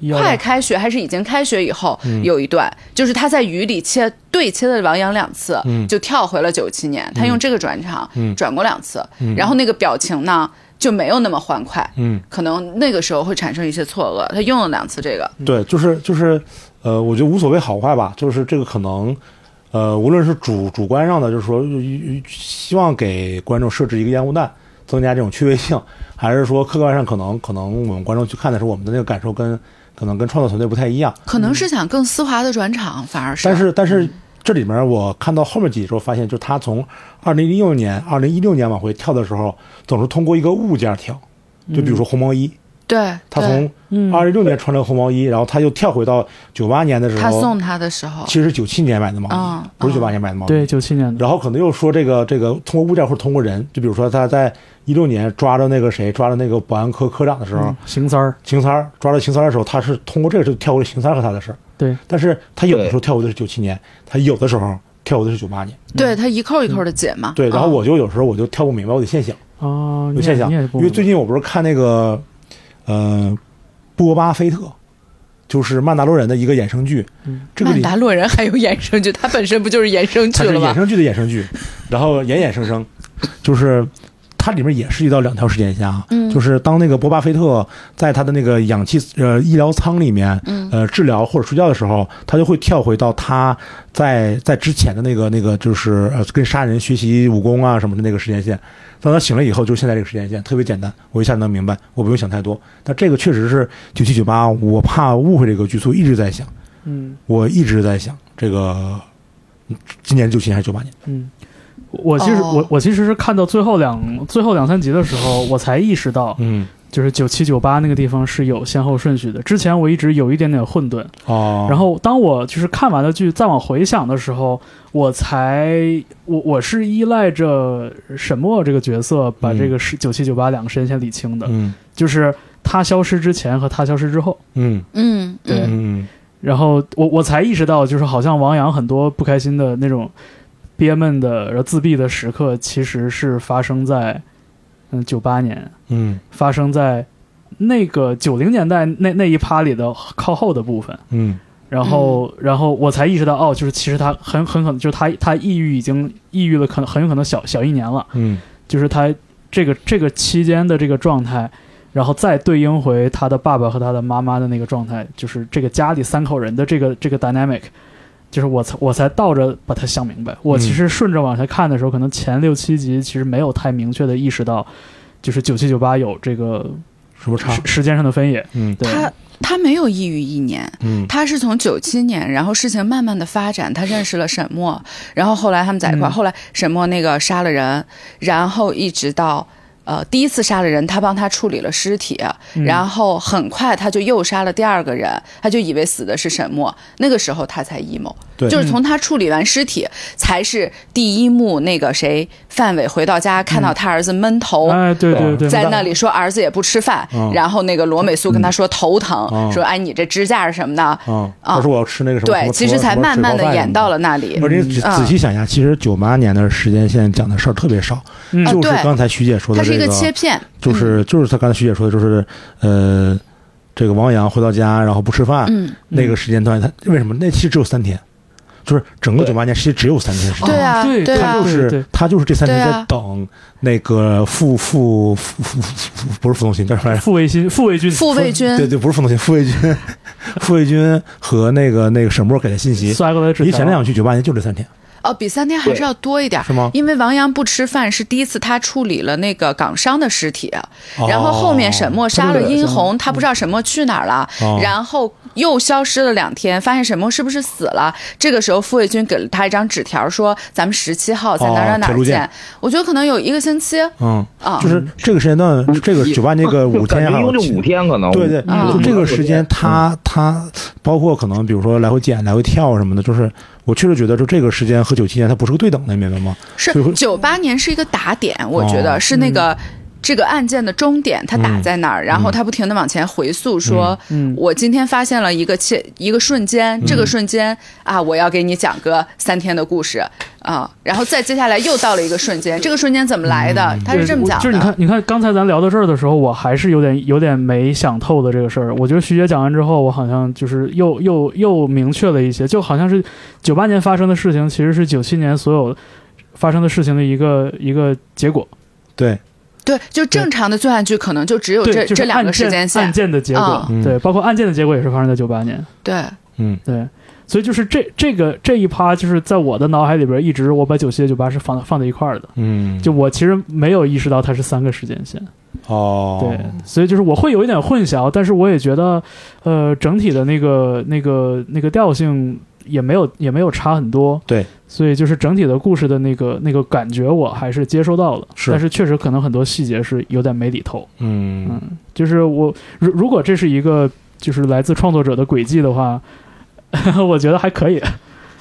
Speaker 3: 有
Speaker 4: 快开学还是已经开学以后、
Speaker 2: 嗯
Speaker 4: 有一段，就是他在雨里切对切的王阳两次，
Speaker 2: 嗯
Speaker 4: 就跳回了九七年，他用这个转场、
Speaker 2: 嗯
Speaker 4: 转过两次，然后那个表情呢就没有那么欢快，
Speaker 2: 嗯，
Speaker 4: 可能那个时候会产生一些错愕。他用了两次这个，
Speaker 2: 对，就是就是，呃，我觉得无所谓好坏吧，就是这个可能，呃，无论是主主观上的，就是说呃希望给观众设置一个烟雾弹，增加这种趣味性，还是说客观上可能可能我们观众去看的时候，我们的那个感受跟可能跟创作团队不太一样，
Speaker 4: 可能是想更丝滑的转场，反而是。啊
Speaker 2: 但是但是这里面我看到后面几集之后，发现就他从二零零六年、二零一六年往回跳的时候，总是通过一个物件跳，就比如说红毛衣，
Speaker 4: 对，
Speaker 2: 他
Speaker 4: 嗯对
Speaker 2: 从
Speaker 4: 嗯
Speaker 3: 啊
Speaker 2: 二零六年穿了红毛衣，然后他又跳回到九八年的时候，
Speaker 4: 他送他的时候，
Speaker 2: 其实是九七年买的毛衣，
Speaker 4: 嗯
Speaker 2: 不是九八年买的毛衣。
Speaker 3: 对，九七年的，
Speaker 2: 然后可能又说这个这个通过物件或者通过人，就比如说他在一六年抓着那个谁，抓着那个保安科科长的时候，
Speaker 3: 嗯，邢三儿，
Speaker 2: 邢三儿抓着邢三儿的时候，他是通过这个就跳过了邢三儿和他的事儿。
Speaker 3: 对，
Speaker 2: 但是他有的时候跳过的是九七年，他有的时候跳的是九八年，
Speaker 4: 对他一扣一扣的解嘛。
Speaker 2: 对，然后
Speaker 4: 啊
Speaker 2: 我就有时候我就跳不明白，我得现想，
Speaker 3: 哦，
Speaker 2: 有
Speaker 3: 你也
Speaker 2: 现想，
Speaker 3: 你也
Speaker 2: 因
Speaker 3: 不
Speaker 2: 为最近我不是看那个，呃，波巴菲特，就是曼达洛人的一个衍生剧，
Speaker 3: 嗯
Speaker 2: 这个
Speaker 4: 曼
Speaker 2: 里
Speaker 4: 达洛人还有衍生剧，他本身不就是衍生剧
Speaker 2: 它是
Speaker 4: 了
Speaker 2: 衍
Speaker 4: 吗？
Speaker 2: 生剧的衍生剧，然后衍衍生生，就是它里面也涉及到两条时间线啊，
Speaker 4: 嗯
Speaker 2: 就是当那个波巴菲特在他的那个氧气呃医疗舱里面，
Speaker 4: 嗯
Speaker 2: 呃治疗或者睡觉的时候，他就会跳回到他在在之前的那个那个就是呃跟杀人学习武功啊什么的那个时间线。当他醒了以后，就是现在这个时间线，特别简单，我一下就能明白，我不用想太多。但这个确实是九七九八，我怕误会这个剧，所以一直在想，
Speaker 3: 嗯
Speaker 2: 我一直在想这个嗯今年九七还是九八年。
Speaker 3: 嗯，我其实、
Speaker 4: 哦
Speaker 3: 我我其实是看到最后两最后两三集的时候，我才意识到，
Speaker 2: 嗯，
Speaker 3: 就是九七九八那个地方是有先后顺序的。之前我一直有一点点混沌，
Speaker 2: 哦，
Speaker 3: 然后当我就是看完了剧再往回想的时候，我才我我是依赖着沈墨这个角色把
Speaker 2: 嗯
Speaker 3: 这个是九七九八两个时间线理清的，
Speaker 2: 嗯
Speaker 3: 就是他消失之前和他消失之后。
Speaker 2: 嗯
Speaker 4: 嗯，
Speaker 3: 对
Speaker 4: 嗯
Speaker 2: 嗯
Speaker 3: 然后我我才意识到，就是好像王阳很多不开心的那种憋闷的、然后自闭的时刻，其实是发生在嗯九八年，
Speaker 2: 嗯
Speaker 3: 发生在那个九零年代那那一趴里的靠后的部分。
Speaker 2: 嗯
Speaker 3: 然后，然后我才意识到，哦，就是其实他很很可能，就是他他抑郁已经抑郁了，可能很有可能小小一年了。
Speaker 2: 嗯
Speaker 3: 就是他这个这个期间的这个状态，然后再对应回他的爸爸和他的妈妈的那个状态，就是这个家里三口人的这个这个 dynamic，就是我才我才倒着把它想
Speaker 2: 嗯
Speaker 3: 明白。我其实顺着往下看的时候，可能前六七集其实没有太明确的意识到，就是九七九八有这个
Speaker 2: 什么差
Speaker 3: 时？时间上的分野。
Speaker 2: 嗯
Speaker 3: 对，
Speaker 4: 他他没有抑郁一年，
Speaker 2: 嗯
Speaker 4: 他是从九七年，然后事情慢慢的发展，他认识了沈墨，然后后来他们在一块儿，
Speaker 3: 嗯
Speaker 4: 后来沈墨那个杀了人，然后一直到。呃，第一次杀了人，他帮他处理了尸体，
Speaker 3: 嗯
Speaker 4: 然后很快他就又杀了第二个人，他就以为死的是沈墨，那个时候他才 emo，
Speaker 2: 对
Speaker 4: 就是从他处理完尸体，才是第一幕那个谁范伟回到家看到他儿子闷头，
Speaker 3: 哎，对嗯对哦对，
Speaker 4: 在那里说儿子也不吃饭，
Speaker 2: 嗯
Speaker 4: 然后那个罗美素跟他说头疼，
Speaker 3: 哦
Speaker 2: 嗯
Speaker 4: 说哎你这支架是什么的，
Speaker 2: 啊，他说我要吃那个什么，
Speaker 4: 哦对，其实才慢慢的演到
Speaker 2: 了。
Speaker 4: 了嗯那里
Speaker 2: 而。且仔仔细想一下，其实九八年的时间线讲的事儿特别少，
Speaker 3: 嗯
Speaker 2: 就是
Speaker 4: 对
Speaker 2: 刚才徐姐说
Speaker 4: 它
Speaker 2: 的
Speaker 4: 是
Speaker 2: 这
Speaker 4: 一个切嗯片，
Speaker 2: 就是就是他刚才徐姐说的，就是呃，这个王阳回到家然后不吃饭
Speaker 4: 嗯，
Speaker 2: 那个时间段，他为什么那期只有三天？就是整个九八年其实只有三天时
Speaker 4: 对
Speaker 2: 间，
Speaker 4: 啊，
Speaker 3: 对
Speaker 4: 对
Speaker 2: 他
Speaker 4: 啊
Speaker 2: 就，是他就是这三天在等那个傅傅傅傅傅不是傅东新叫什么来着？
Speaker 3: 傅卫新、傅卫军，
Speaker 4: 傅卫
Speaker 2: 对
Speaker 4: 军，
Speaker 2: 对，不是傅东新，傅卫军， 傅卫军和那个那个沈墨给的信息，
Speaker 3: 摔过来之
Speaker 2: 离前
Speaker 3: 前
Speaker 2: 两想去九八年就这三天，
Speaker 4: 哦，比三天还是要多一点
Speaker 2: 是。吗？
Speaker 4: 因为王阳不吃饭是第一次他处理了那个港商的尸体，
Speaker 2: 哦
Speaker 4: 然后后面沈墨杀了殷红，他不知道沈墨去哪儿了，
Speaker 2: 嗯哦
Speaker 4: 然后又消失了两天，发现沈墨是不是死了？这个时候傅卫军给了他一张纸条，说咱们十七号在哪儿哪儿
Speaker 2: 哦
Speaker 4: 哪
Speaker 2: 铁路
Speaker 4: 儿
Speaker 2: 见
Speaker 4: 见。我觉得可能有一个星期
Speaker 2: 嗯，
Speaker 4: 啊
Speaker 2: 就，是这个时间段，这个九八那个五天啊还
Speaker 1: 一
Speaker 2: 有
Speaker 1: 共就五天可啊能。
Speaker 2: 对对，
Speaker 4: 嗯
Speaker 2: 就这个时间，他他包括可能比如说来回剪、来回跳什么的，就是我确实觉得，就这个时间和九七年它不是个对等的，你明白吗？
Speaker 4: 是
Speaker 2: 所以会
Speaker 4: 九八年是一个打点，我觉
Speaker 2: 哦
Speaker 3: 嗯
Speaker 4: 得是那个。这个案件的终点，他打在哪儿？然后他不停的往前回溯，说：“
Speaker 3: 嗯嗯嗯
Speaker 4: 我今天发现了一个切一个瞬间，这个瞬间啊，我要给你讲个三天的故事啊。”然后再接下来又到了一个瞬间，这个瞬间怎么来的？他是这么讲
Speaker 3: 嗯
Speaker 4: 的。
Speaker 3: 就是你看，你看刚才咱聊到这儿的时候，我还是有点有点没想透的这个事儿。我觉得徐姐讲完之后，我好像就是又又又明确了一些，就好像是九八年发生的事情，其实是九七年所有发生的事情的一个一个结果。
Speaker 2: 对，
Speaker 4: 对，就正常的罪案剧可能就只有
Speaker 3: 对，
Speaker 4: 这
Speaker 3: 就是
Speaker 4: 这两个时
Speaker 3: 案
Speaker 4: 间
Speaker 3: 件
Speaker 4: 线啊
Speaker 3: 案。件的结果，
Speaker 2: 嗯
Speaker 3: 对，包括案件的结果也是发生在九八年，
Speaker 4: 对，
Speaker 2: 嗯
Speaker 3: 对。所以就是这这个这一趴，就是在我的脑海里边，一直我把九七、九八是放放在一块儿的。
Speaker 2: 嗯，
Speaker 3: 就我其实没有意识到它是三个时间线。
Speaker 2: 哦，
Speaker 3: 对，所以就是我会有一点混淆，但是我也觉得，呃，整体的那个那个那个调性也没有也没有差很多。
Speaker 2: 对，
Speaker 3: 所以就是整体的故事的那个那个感觉，我还是接收到了。
Speaker 2: 是
Speaker 3: 但是确实可能很多细节是有点没里头。
Speaker 2: 嗯
Speaker 3: 嗯，就是我如如果这是一个就是来自创作者的轨迹的话， 我觉得还可以，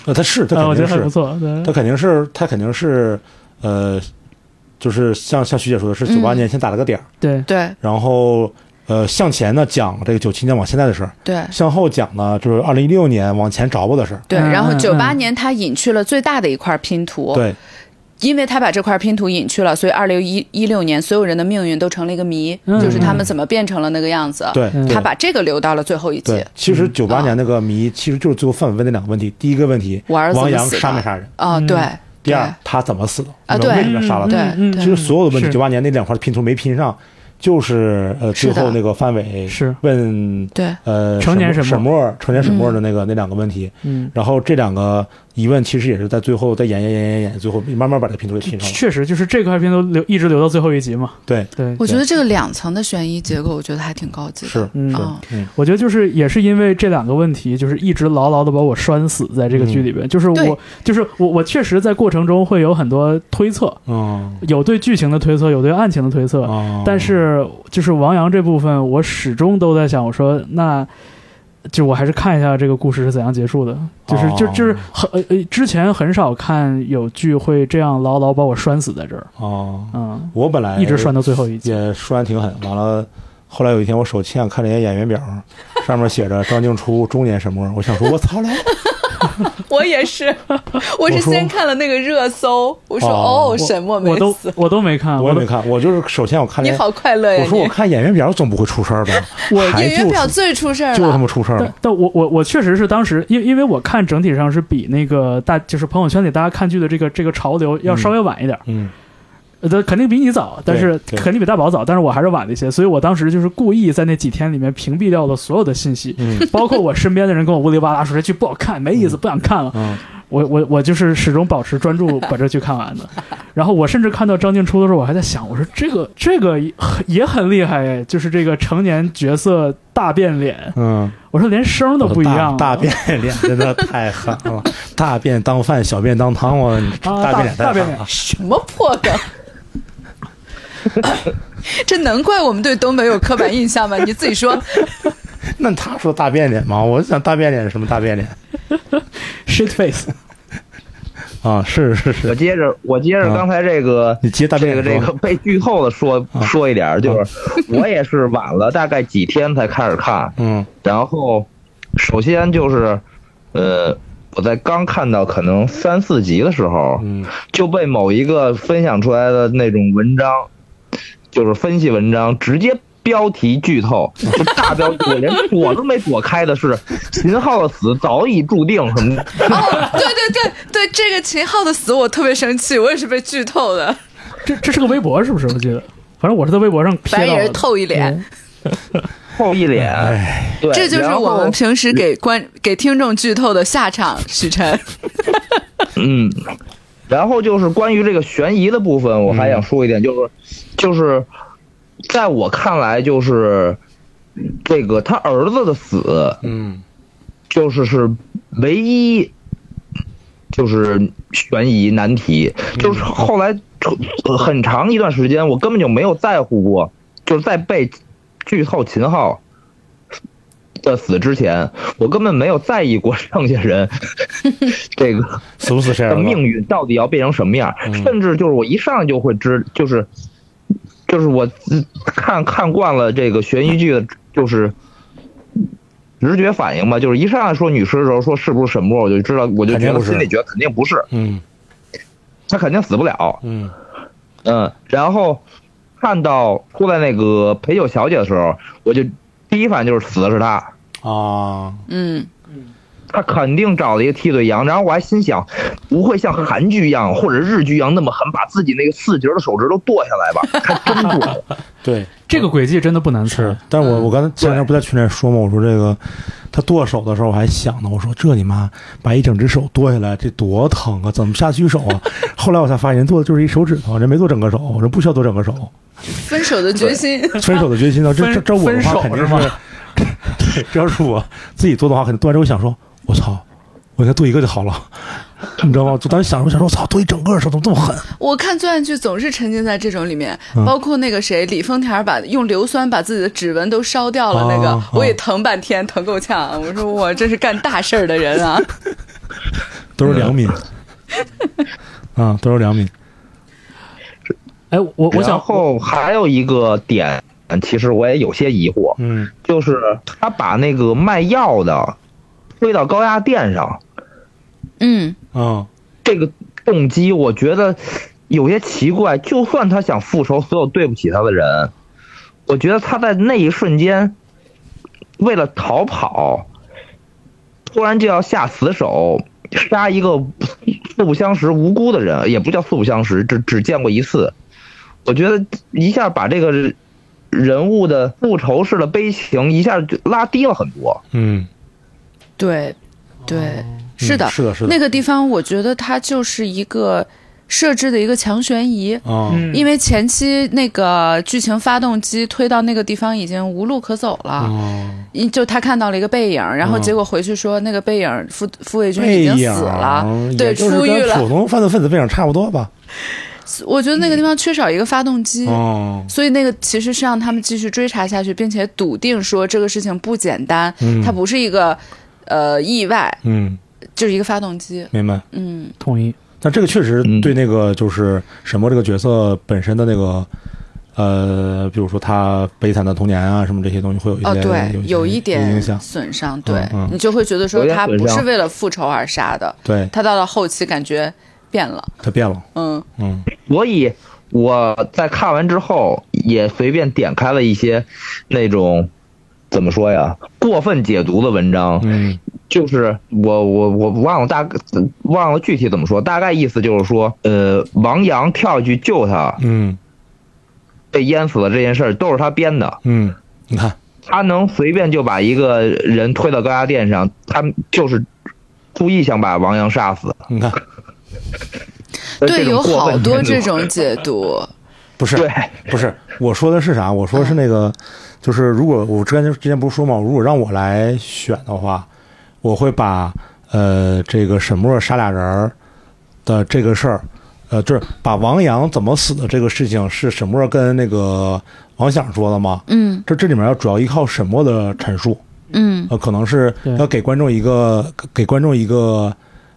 Speaker 2: 那呃他是他
Speaker 3: 啊，我
Speaker 2: 肯
Speaker 3: 觉
Speaker 2: 定
Speaker 3: 得还不
Speaker 2: 是
Speaker 3: 错。对
Speaker 2: 他肯定是他肯定是呃，就是像像徐姐说的是九八
Speaker 4: 嗯
Speaker 2: 年先打了个点儿，
Speaker 3: 对，
Speaker 4: 对，
Speaker 2: 然后呃，向前呢讲这个九七年往现在的事儿，
Speaker 4: 对
Speaker 2: 向后讲呢就是二零一六年往前找吧的事儿。
Speaker 4: 对，
Speaker 3: 嗯
Speaker 4: 然后
Speaker 3: 嗯
Speaker 4: 九八
Speaker 3: 嗯
Speaker 4: 年他隐去了最大的一块拼图，
Speaker 2: 对，
Speaker 4: 因为他把这块拼图隐去了，所以二零一一六年所有人的命运都成了一个谜，
Speaker 3: 嗯
Speaker 4: 就是他们怎么变成了那个样子。
Speaker 2: 对，
Speaker 3: 嗯
Speaker 4: 呃他把啊这个留到了最后一集
Speaker 2: 对。，其实九八年那个谜其实就是最后范伟问那两个问题：第一个问题，
Speaker 4: 我儿子怎
Speaker 2: 王
Speaker 4: 么
Speaker 2: 阳
Speaker 4: 死的
Speaker 2: 杀没杀人？
Speaker 4: 啊，
Speaker 3: 嗯
Speaker 4: 对，
Speaker 2: 第二
Speaker 4: 对，
Speaker 2: 他怎么死的？
Speaker 4: 啊
Speaker 2: 你们
Speaker 4: 对
Speaker 2: 为什么杀了他？
Speaker 4: 对
Speaker 3: 嗯
Speaker 4: 对
Speaker 2: 其实所有的问题，
Speaker 3: 是
Speaker 2: 九八年那两块拼图没拼上，就是呃，
Speaker 4: 是
Speaker 2: 最
Speaker 4: 的
Speaker 2: 后那个范伟
Speaker 3: 是
Speaker 2: 问
Speaker 4: 对，
Speaker 2: 呃
Speaker 3: 成年
Speaker 2: 沈
Speaker 3: 沈
Speaker 2: 墨沈墨成年沈墨的那个那两个问题，
Speaker 3: 嗯，
Speaker 2: 然后这两个疑问其实也是在最后再演演演演演，最后慢慢把这个拼图给拼上了。
Speaker 3: 确实就是这块片都留一直留到最后一集嘛。
Speaker 2: 对，
Speaker 3: 对，
Speaker 4: 我觉得这个两层的悬疑结构，我觉得还挺高级的。
Speaker 2: 是
Speaker 3: 嗯
Speaker 2: 是
Speaker 4: 嗯，
Speaker 2: 嗯，
Speaker 3: 我觉得就是也是因为这两个问题，就是一直牢牢的把我拴死在这个剧里边。就是
Speaker 4: 嗯对
Speaker 3: 我，就是我，我确实在过程中会有很多推测，
Speaker 2: 嗯
Speaker 3: 有对剧情的推测，有对案情的推测。
Speaker 2: 哦，
Speaker 3: 但是就是王阳这部分，我始终都在想，我说那。就我还是看一下这个故事是怎样结束的，就是就
Speaker 2: 哦
Speaker 3: 就是很呃呃，之前很少看有剧会这样牢牢把我拴死在这儿，
Speaker 2: 哦，
Speaker 3: 嗯，
Speaker 2: 我本来
Speaker 3: 一直拴到最后一集，
Speaker 2: 也拴挺狠，完了。后来有一天，我手欠看了一眼演员表，上面写着张静初中年沈墨，我想说，我操了，
Speaker 4: 我 也是，我是
Speaker 2: 我说
Speaker 4: 先看了那个热搜，我说
Speaker 2: 哦
Speaker 4: 哦，沈墨没
Speaker 3: 我都
Speaker 4: 死，
Speaker 3: 啊我都没看，
Speaker 2: 我也
Speaker 3: 都
Speaker 2: 没看，我就是首先我看了
Speaker 4: 你
Speaker 2: 一眼
Speaker 4: 好快乐呀！
Speaker 2: 我说我
Speaker 4: 你
Speaker 2: 看演员表总不会出事儿吧？还
Speaker 4: 演员
Speaker 2: 就是
Speaker 4: 表最出事儿
Speaker 2: 就是他
Speaker 4: 了，
Speaker 2: 妈出事儿
Speaker 3: 但
Speaker 2: 了。
Speaker 3: 但我我我确实是当时，因因为我看整体上是比那个大就是朋友圈里大家看剧的这个这个潮流要稍微晚一点，
Speaker 2: 嗯，
Speaker 3: 呃，肯定比你早，但是
Speaker 2: 对
Speaker 3: 肯定比大宝早，但是我还是晚了一些，所以我当时就是故意在那几天里面屏蔽掉了所有的 信息，
Speaker 2: 嗯
Speaker 3: 包括我身边的人跟我乌里哇啦说这剧不好看，没意思，不想看了。
Speaker 2: 嗯
Speaker 3: 我我我就是始终保持专注把这剧 看完的。然后我甚至看到张静初的时候，我还在想，我说这个这个也很也很厉害哎，就是这个成年角色大变脸，
Speaker 2: 嗯，
Speaker 3: 我说连声都不一样了啊
Speaker 2: 大大变脸真的太狠了，大便当饭，小便当汤，我
Speaker 3: 啊
Speaker 2: 大变脸
Speaker 3: 大
Speaker 2: 太
Speaker 3: 变
Speaker 2: 狠
Speaker 3: 脸
Speaker 2: 了。
Speaker 4: 什么破 梗？ 这能怪我们对东北有刻板印象吗？你自己说，
Speaker 2: 那他说大变脸吗？我想大变脸是什么大变脸
Speaker 3: shit face，
Speaker 2: 啊？是是
Speaker 1: 我
Speaker 2: 是，
Speaker 1: 接着，我接着
Speaker 2: 啊
Speaker 1: 刚才这个，
Speaker 2: 你接大
Speaker 1: 这
Speaker 2: 变
Speaker 1: 个
Speaker 2: 脸
Speaker 1: 这个
Speaker 2: 说
Speaker 1: 被剧透的说
Speaker 2: 啊
Speaker 1: 说一点儿，就是我也是晚了大概几天才开始看，
Speaker 2: 嗯
Speaker 1: 然后首先就是，呃，我在刚看到可能三四集的时候，
Speaker 2: 嗯
Speaker 1: 就被某一个分享出来的那种文章，就是分析文章直接。标题剧透，就大标题，我连躲都没躲开的是秦昊的死早已注定什么
Speaker 4: 哦，对对对对，这个秦昊的死我特别生气，我也是被剧透的，
Speaker 3: 这这是个微博是不是？我记得，反正我是在微博上
Speaker 4: 反
Speaker 3: 瞥
Speaker 4: 正
Speaker 3: 到
Speaker 4: 也是
Speaker 3: 的
Speaker 4: 透一脸。
Speaker 1: 后一脸，
Speaker 2: 哎
Speaker 1: 对，
Speaker 4: 这就是我
Speaker 1: 然后
Speaker 4: 们平时给观给听众剧透的下场，许晨。
Speaker 1: 嗯，然后就是关于这个悬疑的部分，我还想说一点，就是，就是，在我看来，就是这个他儿子的死，
Speaker 2: 嗯
Speaker 1: 就是是唯一，就是悬疑难题。就是后来呃很长一段时间，我根本就没有在乎过，就是在被剧透秦昊的死之前，我根本没有在意过剩下人这个。
Speaker 2: 死不死谁儿
Speaker 1: 的
Speaker 2: 子
Speaker 1: 命运到底要变成什么样儿，
Speaker 2: 嗯
Speaker 1: 甚至就是我一上来就会知，就是就是我自看看惯了这个悬疑剧的，就是直觉反应吧，就是一上来说女尸的时候说是不是沈墨，我就知道，我就
Speaker 2: 肯定
Speaker 1: 觉得
Speaker 2: 不是
Speaker 1: 心里觉得肯定不是，
Speaker 2: 嗯
Speaker 1: 他肯定死不了，
Speaker 2: 嗯
Speaker 1: 嗯，然后看到出来那个陪酒小姐的时候，我就第一反应就是死的是他，
Speaker 2: 啊
Speaker 4: 嗯，
Speaker 1: 他肯定找了一个替罪羊，然后我还心想，不会像韩剧一样或者日剧一样那么狠，把自己那个四节的手指都剁下来 吧？他真剁了，
Speaker 2: 对
Speaker 3: 这个轨迹真的不难猜
Speaker 2: 是，，但
Speaker 3: 嗯
Speaker 2: 我我刚才前两天不在群里说嘛，我说这个他剁手的时候我还想呢，我说这你妈把一整只手剁下来，这多疼啊，怎么下去手啊？ 后来我才发现人剁的就是一手指头，人没剁整个手，人不需要剁整个手。
Speaker 4: 分手的决心。
Speaker 2: 分手的决心呢，这这这我的
Speaker 3: 分
Speaker 2: 话
Speaker 3: 手
Speaker 2: 肯定
Speaker 3: 是吗
Speaker 2: 是，对，这要是我自己做的话，肯定剁完之后想说，我操，我应该剁一个就好了， 你知道吗？就当时想着我想说，我操，剁一整个手怎么这么狠？
Speaker 4: 我看罪案剧总是沉浸在这种里面，
Speaker 2: 嗯
Speaker 4: 包括那个谁李丰田把用硫酸把自己的指纹都烧掉了，那个、
Speaker 2: 哦
Speaker 4: 我也疼半天，疼够呛。我说我真是干大事儿的人 啊！
Speaker 2: 都是 良民，啊，都是良民，
Speaker 3: 哎，我我
Speaker 1: 然
Speaker 3: 想
Speaker 1: 后还有一个点其实我也有些疑惑，
Speaker 2: 嗯
Speaker 1: 就是他把那个卖药的推到高压电上，
Speaker 4: 嗯，
Speaker 2: 啊
Speaker 1: 这个动机我觉得有些奇怪。就算他想复仇所有对不起他的人，我觉得他在那一瞬间为了逃跑，突然就要下死手。杀一个素不相识无辜的人，也不叫素不相识，只只见过一次。我觉得一下把这个人物的复仇式的悲情一下就拉低了很多。
Speaker 2: 嗯，
Speaker 4: 对，对，是的
Speaker 2: 嗯，是的，是的，
Speaker 4: 那个地方我觉得它就是一个设置的一个强悬疑。
Speaker 2: 啊，
Speaker 3: 嗯，
Speaker 4: 因
Speaker 3: 为
Speaker 4: 为前期那个剧情发动机推到那个地方已经无路可走了，
Speaker 2: 啊，
Speaker 4: 因就他看到了一个背影，然后
Speaker 2: 嗯
Speaker 4: 结果回去说那个背影傅傅卫军
Speaker 2: 背
Speaker 4: 已经
Speaker 2: 影
Speaker 4: 死了，
Speaker 2: 儿
Speaker 4: 对，
Speaker 2: 哎也就是
Speaker 4: 出狱
Speaker 2: 跟
Speaker 4: 了
Speaker 2: 普。通犯罪分子背影差不多吧？
Speaker 4: 我觉得那个地方缺少一个发动机，
Speaker 2: 哦，
Speaker 4: 所以那个其实是让他们继续追查下去，并且笃定说这个事情不简单，
Speaker 2: 嗯
Speaker 4: 它不是一个呃意外，
Speaker 2: 嗯，
Speaker 4: 就是一个发动机。
Speaker 2: 明白。
Speaker 4: 嗯，
Speaker 3: 同意，
Speaker 2: 但这个确实
Speaker 1: 嗯
Speaker 2: 对那个就是沈墨这个角色本身的那个，呃，比如说他悲惨的童年啊，什么这些东西会有一些、
Speaker 4: 哦，对，有一
Speaker 2: 一
Speaker 4: 点
Speaker 2: 影响。
Speaker 4: 损伤，对、
Speaker 2: 嗯嗯
Speaker 4: 你就会觉得
Speaker 1: 有
Speaker 4: 说
Speaker 1: 点
Speaker 4: 他
Speaker 1: 损
Speaker 4: 不是
Speaker 1: 伤
Speaker 4: 为了复仇而杀的，
Speaker 2: 对
Speaker 4: 他到了后期感觉变了，
Speaker 2: 他变了，
Speaker 4: 嗯
Speaker 2: 嗯
Speaker 1: 所以我在看完之后也随便点开了一些那种怎么说呀过分解读的文章，
Speaker 2: 嗯
Speaker 1: 就是我我我忘了大忘了具体怎么说，大概意思就是说，呃，王阳跳下去救他
Speaker 2: 嗯
Speaker 1: 被淹死了这件事儿都是他编的，
Speaker 2: 嗯，你看，
Speaker 1: 他能随便就把一个人推到高压电上，他就是故意想把王阳杀死。
Speaker 2: 你看，
Speaker 1: 这
Speaker 4: 对，
Speaker 1: 种
Speaker 4: 有
Speaker 1: 过
Speaker 4: 好
Speaker 1: 分
Speaker 4: 多
Speaker 1: 程度
Speaker 4: 这种解读，
Speaker 2: 不是
Speaker 1: 对，
Speaker 2: 不是，我说的是啥？我说的是那个，就是如果我之前就之前不是说嘛，如果让我来选的话，我会把呃这个沈墨杀俩人儿的这个事儿，呃，就是把王阳怎么死的这个事情是沈墨跟那个王想说的嘛？
Speaker 4: 嗯
Speaker 2: 这这里面要主要依靠沈墨的陈述，
Speaker 4: 嗯，
Speaker 2: 呃，可能是
Speaker 3: 对
Speaker 2: 要给观众一个给观众一个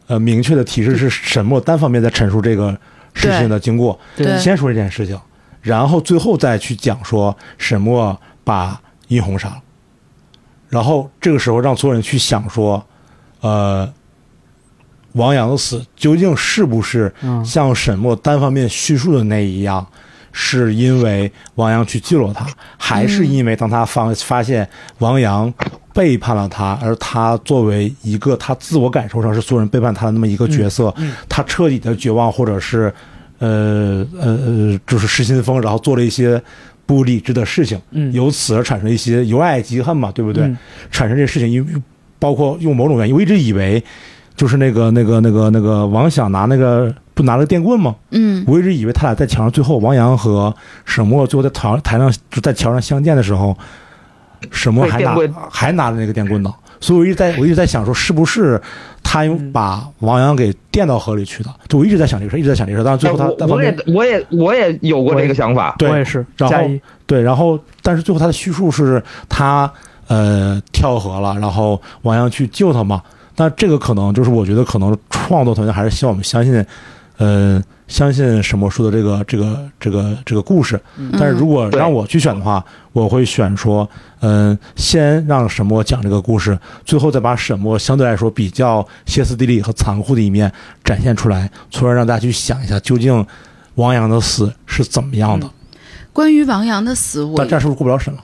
Speaker 2: 呃明确的提示，是沈墨单方面在陈述这个事情的经过。
Speaker 4: 对
Speaker 2: 先说这件事情，然后最后再去讲说沈墨把殷红杀了，然后这个时候让所有人去想说，呃，王阳的死究竟是不是
Speaker 3: 嗯
Speaker 2: 像沈墨单方面叙述的那一样，是因为王阳去救了他，还是因为当他发发现王阳背叛了他，而他作为一个他自我感受上是所有人背叛他的那么一个角色，他彻底的绝望，或者是呃呃呃，就是失心疯，然后做了一些不理智的事情，
Speaker 3: 嗯
Speaker 2: 由此而产生一些由爱及恨嘛，对不对？
Speaker 3: 嗯
Speaker 2: 产生这事情，因为包括用某种原因，我一直以为就是那个那个那个那个王想拿那个不拿了电棍吗？
Speaker 4: 嗯
Speaker 2: 我一直以为他俩在桥上，最后王阳和沈墨最后在台台上就在桥上相见的时候，沈墨还拿
Speaker 1: 对电
Speaker 2: 还拿着那个电棍呢。所以我一直在我一直在想说，是不是他用
Speaker 3: 嗯
Speaker 2: 把王阳给电到河里去的？就我一直在想这个事儿，一直在想这个事儿。但是最后他
Speaker 1: 哎我
Speaker 2: 单方
Speaker 1: 我
Speaker 2: 面
Speaker 1: 也我也我也有过这个想法，
Speaker 2: 对
Speaker 3: 我也是，
Speaker 2: 然后
Speaker 3: 加一，
Speaker 2: 对，然后但是最后他的叙述是他呃跳河了，然后王阳去救他嘛。但这个可能就是我觉得可能创作团队还是希望我们相信，呃，相信沈墨说的这个这个这个这个故事。嗯但
Speaker 4: 嗯
Speaker 2: 是如果让我去选的话，我会选说，嗯、先让沈墨讲这个故事，最后再把沈墨相对来说比较歇斯底里和残酷的一面展现出来，从而让大家去想一下，究竟王阳的死是怎么样的。
Speaker 4: 嗯关于王阳的死，我呃
Speaker 2: 但这样是不是过不了审了？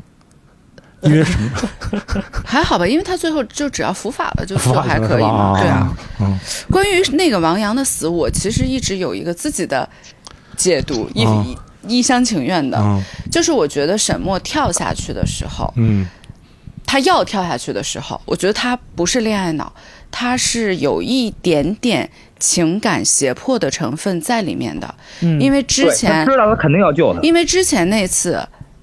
Speaker 2: 因为 什么？
Speaker 4: 还好吧，因为他最后就只要伏法了，就
Speaker 2: 伏
Speaker 4: 就
Speaker 2: 法
Speaker 4: 还
Speaker 2: 就行
Speaker 4: 可
Speaker 2: 是
Speaker 4: 以
Speaker 2: 吧
Speaker 4: 嘛。
Speaker 2: 啊
Speaker 4: 对啊，
Speaker 2: 嗯
Speaker 4: 关于那个王阳的死，我其实一直有一个自己的解读，一、
Speaker 2: 啊
Speaker 4: 一厢情愿的，
Speaker 2: 嗯
Speaker 4: 就是我觉得沈墨跳下去的时候，
Speaker 2: 嗯
Speaker 4: 他要跳下去的时候，我觉得他不是恋爱脑，他是有一点点情感胁迫的成分在里面的，
Speaker 3: 嗯，
Speaker 4: 因
Speaker 3: 为
Speaker 4: 为之
Speaker 1: 对他
Speaker 4: 前
Speaker 1: 知道他肯定要救他，
Speaker 4: 因为之前那次，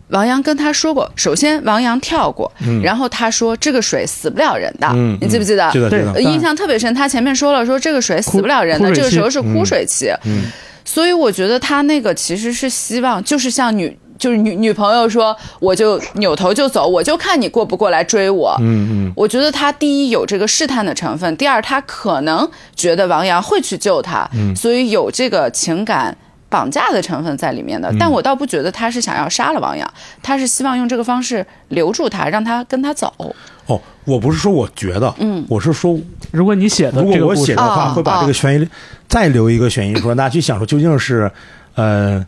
Speaker 4: 王阳跟他说过，首先王阳跳过，然后他说这个水死不了人的，
Speaker 2: 嗯，
Speaker 4: 啊你记不记得？
Speaker 2: 记得记
Speaker 3: 对
Speaker 2: 得
Speaker 4: 呃。印象特别深，他前面说了，说这个水死不了人的，
Speaker 3: 枯枯水期
Speaker 4: 这个时候是枯水期，
Speaker 2: 嗯
Speaker 4: 所以我觉得他那个其实是希望，就是像女，就是女女朋友说，我就扭头就走，我就看你过不过来追我。
Speaker 2: 嗯嗯
Speaker 4: 我觉得他第一有这个试探的成分，
Speaker 3: 嗯
Speaker 4: 第二他可能觉得王阳会去救他，所以有这个情感绑架的成分在里面的，
Speaker 3: 嗯
Speaker 4: 但我倒不觉得他是想要杀了王阳，他是希望用这个方式留住他，让他跟他走。
Speaker 2: 哦，我不是说我觉得，嗯，我是说
Speaker 3: 如果你写的
Speaker 2: 如
Speaker 3: 这个
Speaker 2: 果我
Speaker 3: 故
Speaker 2: 写
Speaker 3: 事
Speaker 2: 的，话，
Speaker 4: 哦
Speaker 2: 会把这个悬疑再留一个悬疑，说让大家去想说究竟是，呃，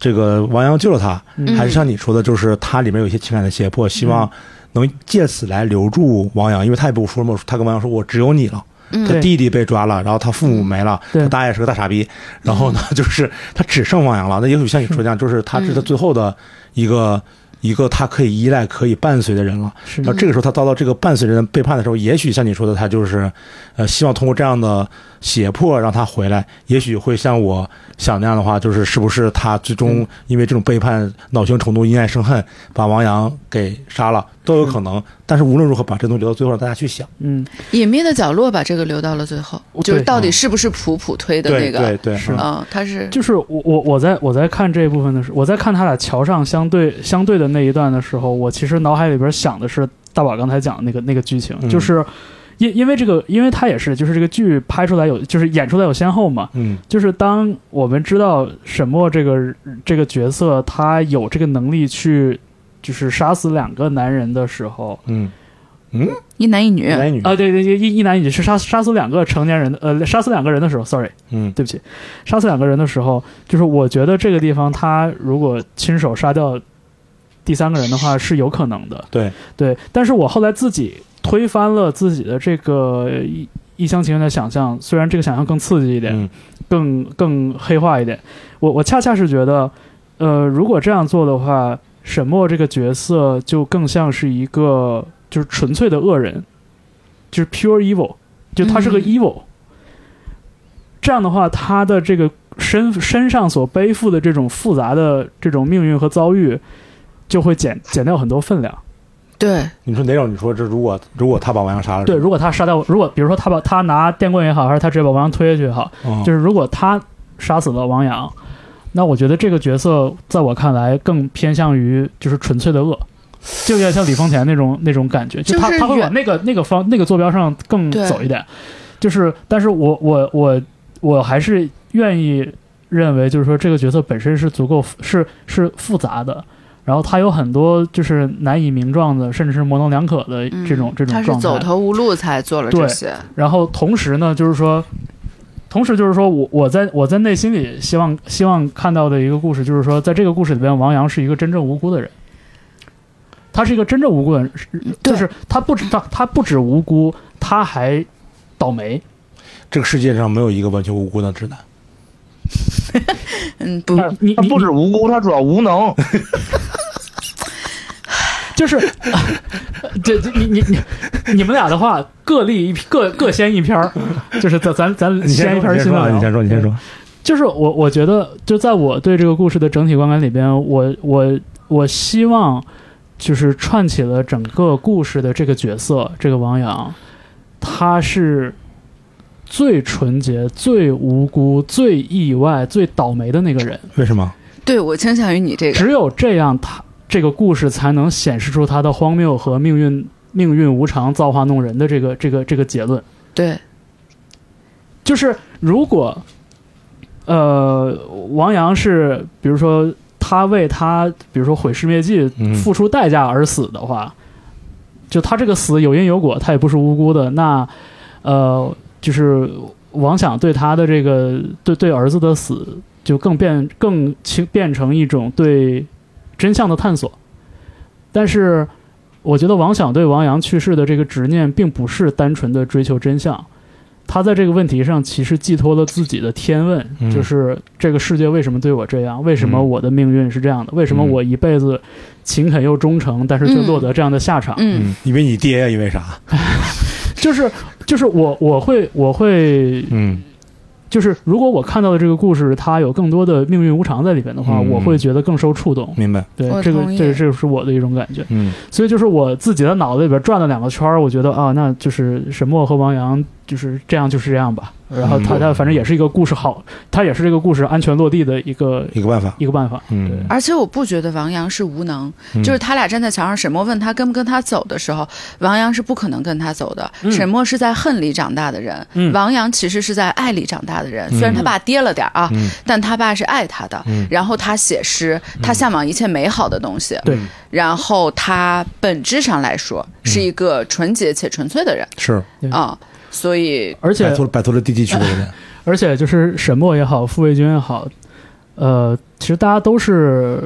Speaker 2: 这个王阳救了他，
Speaker 3: 嗯
Speaker 2: 还是像你说的，就是他里面有一些情感的胁迫，希望能借此来留住王阳，因为他也不说嘛，他跟王阳说我只有你了。
Speaker 4: 嗯
Speaker 2: 他
Speaker 3: 对
Speaker 2: 弟弟被抓了，然后他父母没了，
Speaker 3: 对
Speaker 2: 他大爷是个大傻逼，然后
Speaker 4: 嗯
Speaker 2: 呢， 就是他只剩王阳了。那也许像你说的那样，就是他是他最后的一个、一个他可以依赖、可以伴随的人了。
Speaker 3: 是
Speaker 2: 然后这个时候他遭到这个伴随人的背叛的时候，也许像你说的，他就是，呃，希望通过这样的胁迫让他回来，也许会像我想那样的话，就是是不是他最终因为这种背叛恼羞成怒、因爱生恨，把王阳给杀了都有可能。但是无论如何，把这东西留到最后，让大家去想。
Speaker 3: 嗯，
Speaker 4: 隐秘的角落把这个留到了最后，就是
Speaker 3: 哦对
Speaker 4: 到底是不是普普推的那
Speaker 2: 对
Speaker 4: 个？
Speaker 2: 对对，
Speaker 3: 是
Speaker 2: 嗯
Speaker 4: 嗯，他是
Speaker 3: 就是我我我在我在看这一部分的时候，我在看他俩桥上相对相对的那一段的时候，我其实脑海里边想的是大宝刚才讲的那个那个剧情，
Speaker 2: 嗯
Speaker 3: 就是因因为这个，因为他也是就是这个剧拍出来有就是演出来有先后嘛，
Speaker 2: 嗯
Speaker 3: 就是当我们知道沈墨这个这个角色他有这个能力去就是杀死两个男人的时候，
Speaker 2: 嗯，
Speaker 4: 一男一女，
Speaker 2: 男一女
Speaker 3: 啊、对对对，一一男一女是杀杀死两个成年人的，呃，杀死两个人的时候，sorry，
Speaker 2: 嗯
Speaker 3: 对不起，杀死两个人的时候，就是我觉得这个地方他如果亲手杀掉第三个人的话是有可能的，
Speaker 2: 对，
Speaker 3: 对。但是我后来自己推翻了自己的这个一一厢情愿的想象，虽然这个想象更刺激一点，
Speaker 2: 嗯
Speaker 3: 更更黑化一点，我我恰恰是觉得，呃，如果这样做的话，沈墨这个角色就更像是一个就是纯粹的恶人，就是 pure evil，就他是个
Speaker 4: 嗯
Speaker 3: evil。这样的话，他的这个身身上所背负的这种复杂的这种命运和遭遇，就会减减掉很多分量。
Speaker 4: 对，
Speaker 2: 你说哪种？你说这如果如果他把王阳杀了，
Speaker 3: 对，如果他杀掉，如果比如说他把他拿电棍也好，还是他直接把王阳推下去也好，
Speaker 2: 嗯
Speaker 3: 就是如果他杀死了王阳，那我觉得这个角色在我看来更偏向于就是纯粹的恶，就有点像李丰田那种那种感觉，就他
Speaker 4: 就是
Speaker 3: 他会往
Speaker 4: 原
Speaker 3: 那个那个方那个坐标上更
Speaker 4: 对
Speaker 3: 走一点。就是，但是我我我我还是愿意认为，就是说这个角色本身是足够是是复杂的。然后他有很多就是难以名状的，甚至是模棱两可的
Speaker 4: 嗯
Speaker 3: 这种、这种
Speaker 4: 他
Speaker 3: 状态。
Speaker 4: 是走投无路才做了这
Speaker 3: 对
Speaker 4: 些。
Speaker 3: 然后同时呢，就是说，同时就是说我我在我在内心里希望希望看到的一个故事，就是说，在这个故事里边，王阳是一个真正无辜的人，他是一个真正无辜的人，是
Speaker 4: 对
Speaker 3: 就是他不止他他不止无辜，他还倒霉。
Speaker 2: 这个世界上没有一个完全无辜的直男，
Speaker 4: 嗯，不，
Speaker 3: 你你
Speaker 1: 他不
Speaker 3: 你
Speaker 1: 止无辜，他主要无能。
Speaker 3: 就是， 这这你你你你们俩的话，各立一各各先一篇儿，就是咱咱咱
Speaker 2: 你先
Speaker 3: 先
Speaker 2: 说
Speaker 3: 一篇儿
Speaker 2: 你先
Speaker 3: 新闻啊
Speaker 2: 说，
Speaker 3: 聊
Speaker 2: 你先说，你先说。
Speaker 3: 就是我我觉得，就在我对这个故事的整体观感里边，我我我希望就是串起了整个故事的这个角色，这个王阳，他是最纯洁、最无辜、最意外、最倒霉的那个人。
Speaker 2: 为什么？
Speaker 4: 对我倾向于你这个，
Speaker 3: 只有这样，他这个故事才能显示出他的荒谬和命运、命运无常、造化弄人的这个这个这个结论。
Speaker 4: 对，
Speaker 3: 就是如果，呃，王阳是比如说他为他比如说毁尸灭迹
Speaker 2: 嗯
Speaker 3: 付出代价而死的话，就他这个死有因有果，他也不是无辜的。那呃，就是王想对他的这个对对儿子的死，就更变更倾变成一种对真相的探索。但是，我觉得王想对王阳去世的这个执念，并不是单纯的追求真相。他在这个问题上其实寄托了自己的天问，
Speaker 2: 嗯
Speaker 3: 就是这个世界为什么对我这样？为什么我的命运是这样的？为什么
Speaker 2: 嗯
Speaker 3: 我一辈子勤恳又忠诚，但是却
Speaker 4: 嗯
Speaker 3: 落得这样的下场？
Speaker 4: 嗯，
Speaker 2: 嗯，因为你爹呀，因为啥？
Speaker 3: 就是就是我我会我会
Speaker 2: 嗯
Speaker 3: 就是如果我看到的这个故事，它有更多的命运无常在里边的话，
Speaker 2: 嗯
Speaker 3: 我会觉得更受触动。
Speaker 2: 明白。
Speaker 3: 对
Speaker 4: 我，
Speaker 3: 这个
Speaker 4: 同意
Speaker 3: 这个这个是我的一种感觉。
Speaker 2: 嗯
Speaker 3: 所以就是我自己的脑子里边转了两个圈儿，我觉得啊，那就是沈墨和王阳就是这样就是这样吧。
Speaker 2: 嗯
Speaker 3: 然后他他反正也是一个故事好，他也是这个故事安全落地的一个
Speaker 2: 一个办法，
Speaker 3: 一个办法。
Speaker 2: 嗯，
Speaker 4: 而且我不觉得王阳是无能，
Speaker 3: 嗯
Speaker 4: 就是他俩站在桥上，沈墨问他跟不跟他走的时候，王阳是不可能跟他走的。
Speaker 3: 嗯
Speaker 4: 沈墨是在恨里长大的人，
Speaker 3: 嗯
Speaker 4: 王阳其实是在爱里长大的人。虽然他爸跌了点儿啊，
Speaker 2: 嗯
Speaker 4: 但他爸是爱他的。
Speaker 2: 嗯
Speaker 4: 然后他写诗，他向往一切美好的东西。
Speaker 3: 对，
Speaker 2: 嗯
Speaker 4: 然后他本质上来说是一个纯洁且纯粹的人
Speaker 2: 是
Speaker 3: 嗯
Speaker 4: 啊、所以
Speaker 3: 而且呃
Speaker 2: 摆脱摆脱了低级趣味的人，
Speaker 3: 而且就是沈墨也好，傅卫军也好，呃，其实大家都是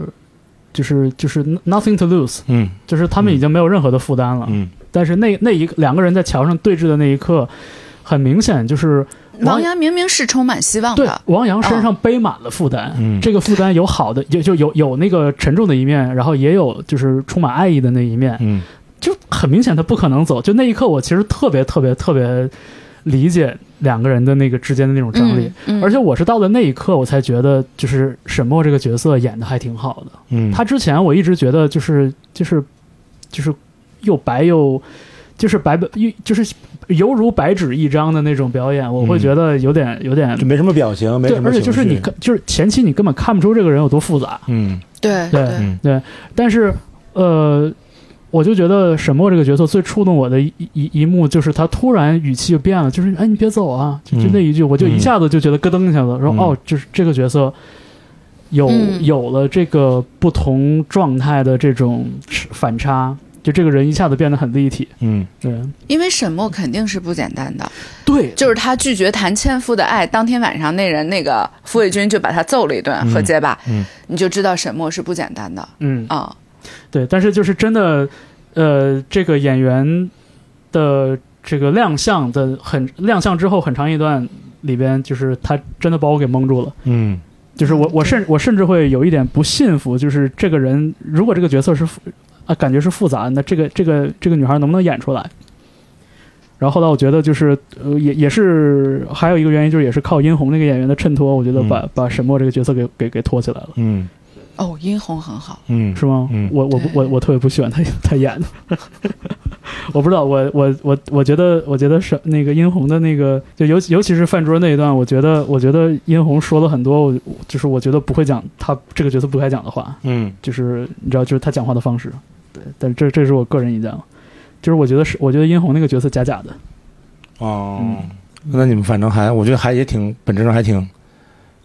Speaker 3: 就是就是 nothing to lose，
Speaker 2: 嗯
Speaker 3: 就是他们已经没有任何的负担了。
Speaker 2: 嗯
Speaker 3: 但是那那一个两个人在桥上对峙的那一刻，很明显就是
Speaker 4: 王阳明明是充满希望
Speaker 3: 对
Speaker 4: 的，
Speaker 3: 王阳身上背满了负担，
Speaker 2: 嗯
Speaker 3: 这个负担有好的，就就有有那个沉重的一面，然后也有就是充满爱意的那一面，
Speaker 2: 嗯
Speaker 3: 就很明显他不可能走。就那一刻，我其实特别特别特别理解两个人的那个之间的那种张力。
Speaker 4: 嗯，嗯
Speaker 3: 而且我是到了那一刻，我才觉得就是沈墨这个角色演的还挺好的。
Speaker 2: 嗯，
Speaker 3: 他之前我一直觉得就是就是就是又白又就是白又就是犹如白纸一张的那种表演，我
Speaker 2: 嗯
Speaker 3: 会觉得有点有点
Speaker 2: 就没什么表情，没
Speaker 3: 对
Speaker 2: 什，么
Speaker 3: 而且
Speaker 2: 情绪，
Speaker 3: 就是你看就是前期你根本看不出这个人有多复杂，
Speaker 2: 嗯
Speaker 4: 对
Speaker 3: 对
Speaker 4: 对
Speaker 2: 嗯
Speaker 3: 但是呃。我就觉得沈墨这个角色最触动我的一一一一幕，就是他突然语气就变了，就是哎，你别走啊，就就
Speaker 2: 嗯
Speaker 3: 那一句，我就一下子就觉得咯噔一下子，然
Speaker 2: 嗯
Speaker 3: 后哦，就是这个角色有
Speaker 4: 嗯
Speaker 3: 有了这个不同状态的这种反差，就这个人一下子变得很立体。
Speaker 2: 嗯
Speaker 3: 对
Speaker 4: 因为沈墨肯定是不简单的，
Speaker 3: 对，
Speaker 4: 就是他拒绝谭倩夫的爱，当天晚上那人那个傅卫军就把他揍了一顿
Speaker 2: 嗯
Speaker 4: 和结巴，
Speaker 2: 嗯
Speaker 4: 你就知道沈墨是不简单的
Speaker 3: 嗯，
Speaker 4: 啊、
Speaker 3: 对，但是就是真的，呃，这个演员的这个亮相的很亮相之后很长一段里边，就是他真的把我给蒙住了。
Speaker 2: 嗯
Speaker 3: 就是我，我甚我甚至会有一点不信服，就是这个人，如果这个角色是复啊，感觉是复杂的，那这个这个这个女孩能不能演出来？然后后来我觉得就是，呃，也也是还有一个原因，就是也是靠殷红那个演员的衬托，我觉得把、把沈墨这个角色给给给托起来了，
Speaker 2: 嗯
Speaker 4: 哦，殷红很好，
Speaker 2: 嗯，
Speaker 3: 是吗？
Speaker 2: 嗯
Speaker 3: 我我不我我特别不喜欢他他演的， 我不知道，我我我我觉得我觉得是那个殷红的那个，就尤其尤其是饭桌那一段，我觉得我觉得殷红说了很多，我就是我觉得不会讲他这个角色不该讲的话，
Speaker 2: 嗯
Speaker 3: 就是你知道，就是他讲话的方式。对，但这这是我个人意见了，就是我觉得是，我觉得殷红那个角色假假的。
Speaker 2: 哦，
Speaker 3: 嗯
Speaker 2: 那你们反正还，我觉得还也挺本质上还挺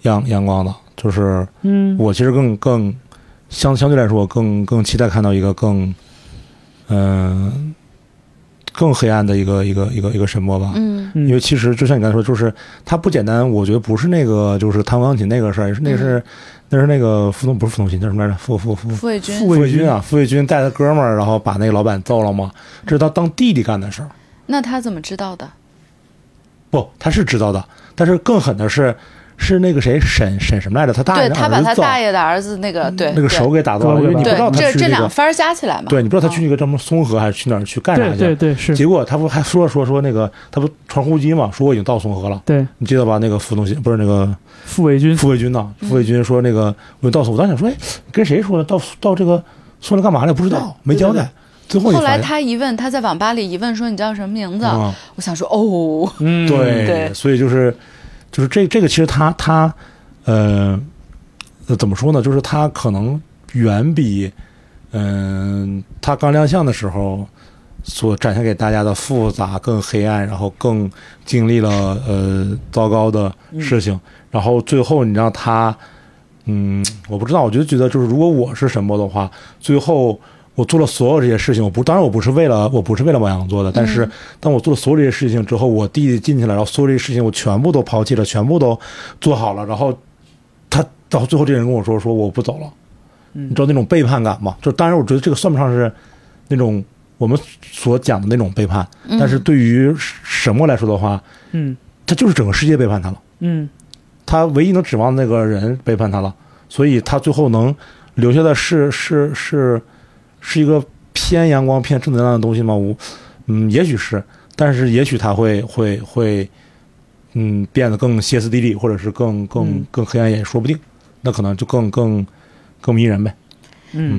Speaker 2: 阳阳光的，就是
Speaker 3: 嗯
Speaker 2: 我其实更更相相对来说更更期待看到一个更嗯、更黑暗的一个一个一个一个沈墨吧，
Speaker 4: 嗯
Speaker 2: 因为其实就像你刚才说，就是它不简单，我觉得不是那个就是弹钢琴那个事儿，是那个
Speaker 4: 嗯
Speaker 2: 是、那是那个傅东不是傅东琴叫什么来着？傅傅傅
Speaker 4: 傅卫军嗯
Speaker 2: 傅卫军啊，傅卫军带他哥们儿，然后把那个老板揍了嘛，这是他当弟弟干的事儿。
Speaker 4: 那他怎么知道的？
Speaker 2: 不，他是知道的，但是更狠的是，是那个谁沈沈什么来着？他大爷
Speaker 4: 对
Speaker 2: 的
Speaker 4: 他把
Speaker 2: 儿
Speaker 4: 他
Speaker 2: 子
Speaker 4: 大
Speaker 2: 造
Speaker 4: 爷的儿子那个对
Speaker 2: 那个手给打断了，因为你不
Speaker 4: 对
Speaker 2: 知道
Speaker 4: 对
Speaker 2: 他
Speaker 4: 这
Speaker 2: 去
Speaker 4: 这
Speaker 2: 那
Speaker 4: 两
Speaker 2: 个，
Speaker 4: 番儿加起来嘛，
Speaker 2: 对你不知道他
Speaker 4: 嗯
Speaker 2: 去那个什么松河还是去哪儿去干啥
Speaker 3: 对对
Speaker 2: 去。
Speaker 3: 对是，
Speaker 2: 结果他不还说说说那个，他不传呼机嘛，说我已经到松河了，
Speaker 3: 对
Speaker 2: 你记得吧？那个傅东新不是那
Speaker 4: 嗯
Speaker 2: 个
Speaker 3: 傅维军，
Speaker 2: 傅卫军呐，傅卫军说那个嗯我到松，我当时想说，哎，跟谁说的？到到这个松了干嘛来？不知道，没交代。最后你
Speaker 4: 后
Speaker 2: 发
Speaker 4: 来
Speaker 2: 现
Speaker 4: 他一问，他在网吧里一问说你叫什么名字？
Speaker 2: 啊，
Speaker 4: 我想说哦，
Speaker 3: 嗯，
Speaker 2: 对，
Speaker 4: 对
Speaker 2: 所以就是就是这这个其实他他呃呃怎么说呢？就是他可能远比嗯、他刚亮相的时候所展现给大家的复杂、更黑暗，然后更经历了呃糟糕的事情，然后最后你让他嗯，我不知道，我就觉得就是如果我是沈波的话，最后。我做了所有这些事情，我不，当然我不是为了，我不是为了王阳做的，但是当我做了所有这些事情之后，我弟弟进去了，然后所有这些事情我全部都抛弃了，全部都做好了，然后他到最后这人跟我说说我不走了，
Speaker 3: 嗯
Speaker 2: 你知道那种背叛感吗？就当然我觉得这个算不上是那种我们所讲的那种背叛，
Speaker 4: 嗯
Speaker 2: 但是对于沈墨来说的话，
Speaker 3: 嗯
Speaker 2: 他就是整个世界背叛他了，
Speaker 3: 嗯
Speaker 2: 他唯一能指望那个人背叛他了，所以他最后能留下的是是是是一个偏阳光、偏正能量的东西吗？我嗯，也许是，但是也许他会会会嗯变得更歇斯底里，或者是更更
Speaker 3: 嗯
Speaker 2: 更黑暗也说不定，那可能就更更更迷人呗。
Speaker 3: 嗯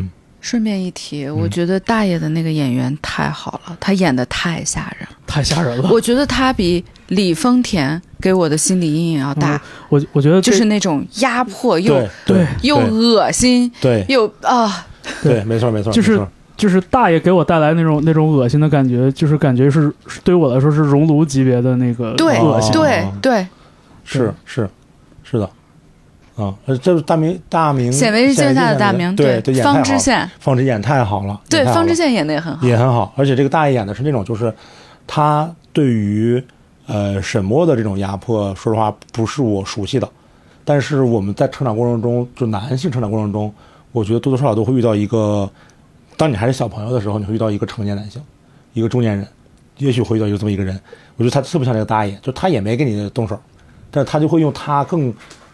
Speaker 2: 嗯，
Speaker 4: 顺便一提，我觉得大爷的那个演员太好了，他演的太吓人了。
Speaker 3: 太吓人了。
Speaker 4: 我觉得他比李丰田给我的心理阴影要大，
Speaker 3: 我我觉得
Speaker 4: 就
Speaker 3: 这
Speaker 4: 是那种压迫又
Speaker 2: 对对
Speaker 4: 又恶心
Speaker 2: 对
Speaker 4: 又啊，
Speaker 2: 对，没错没错，
Speaker 3: 就是
Speaker 2: 没错
Speaker 3: 就是大爷给我带来那种那种恶心的感觉，就是感觉是是对我来说是熔炉级别的那个
Speaker 4: 对
Speaker 2: 哦
Speaker 3: 恶心。
Speaker 4: 对对，
Speaker 2: 是是是的，啊，呃这是大明大明
Speaker 4: 显微镜下的大明，
Speaker 2: 对对，演太好
Speaker 4: 方
Speaker 2: 了
Speaker 4: 知县，
Speaker 2: 方志演太好了，
Speaker 4: 对
Speaker 2: 演太好
Speaker 4: 方
Speaker 2: 了
Speaker 4: 知县演的也很好，
Speaker 2: 也很好，而且这个大爷演的是那种，就是他对于呃沈墨的这种压迫，说实话不是我熟悉的，但是我们在成长过程中，就男性成长过程中，我觉得多多少少都会遇到一个，当你还是小朋友的时候，你会遇到一个成年男性，一个中年人，也许会遇到有这么一个人，我觉得他特别像这个大爷，就他也没跟你动手，但是他就会用他更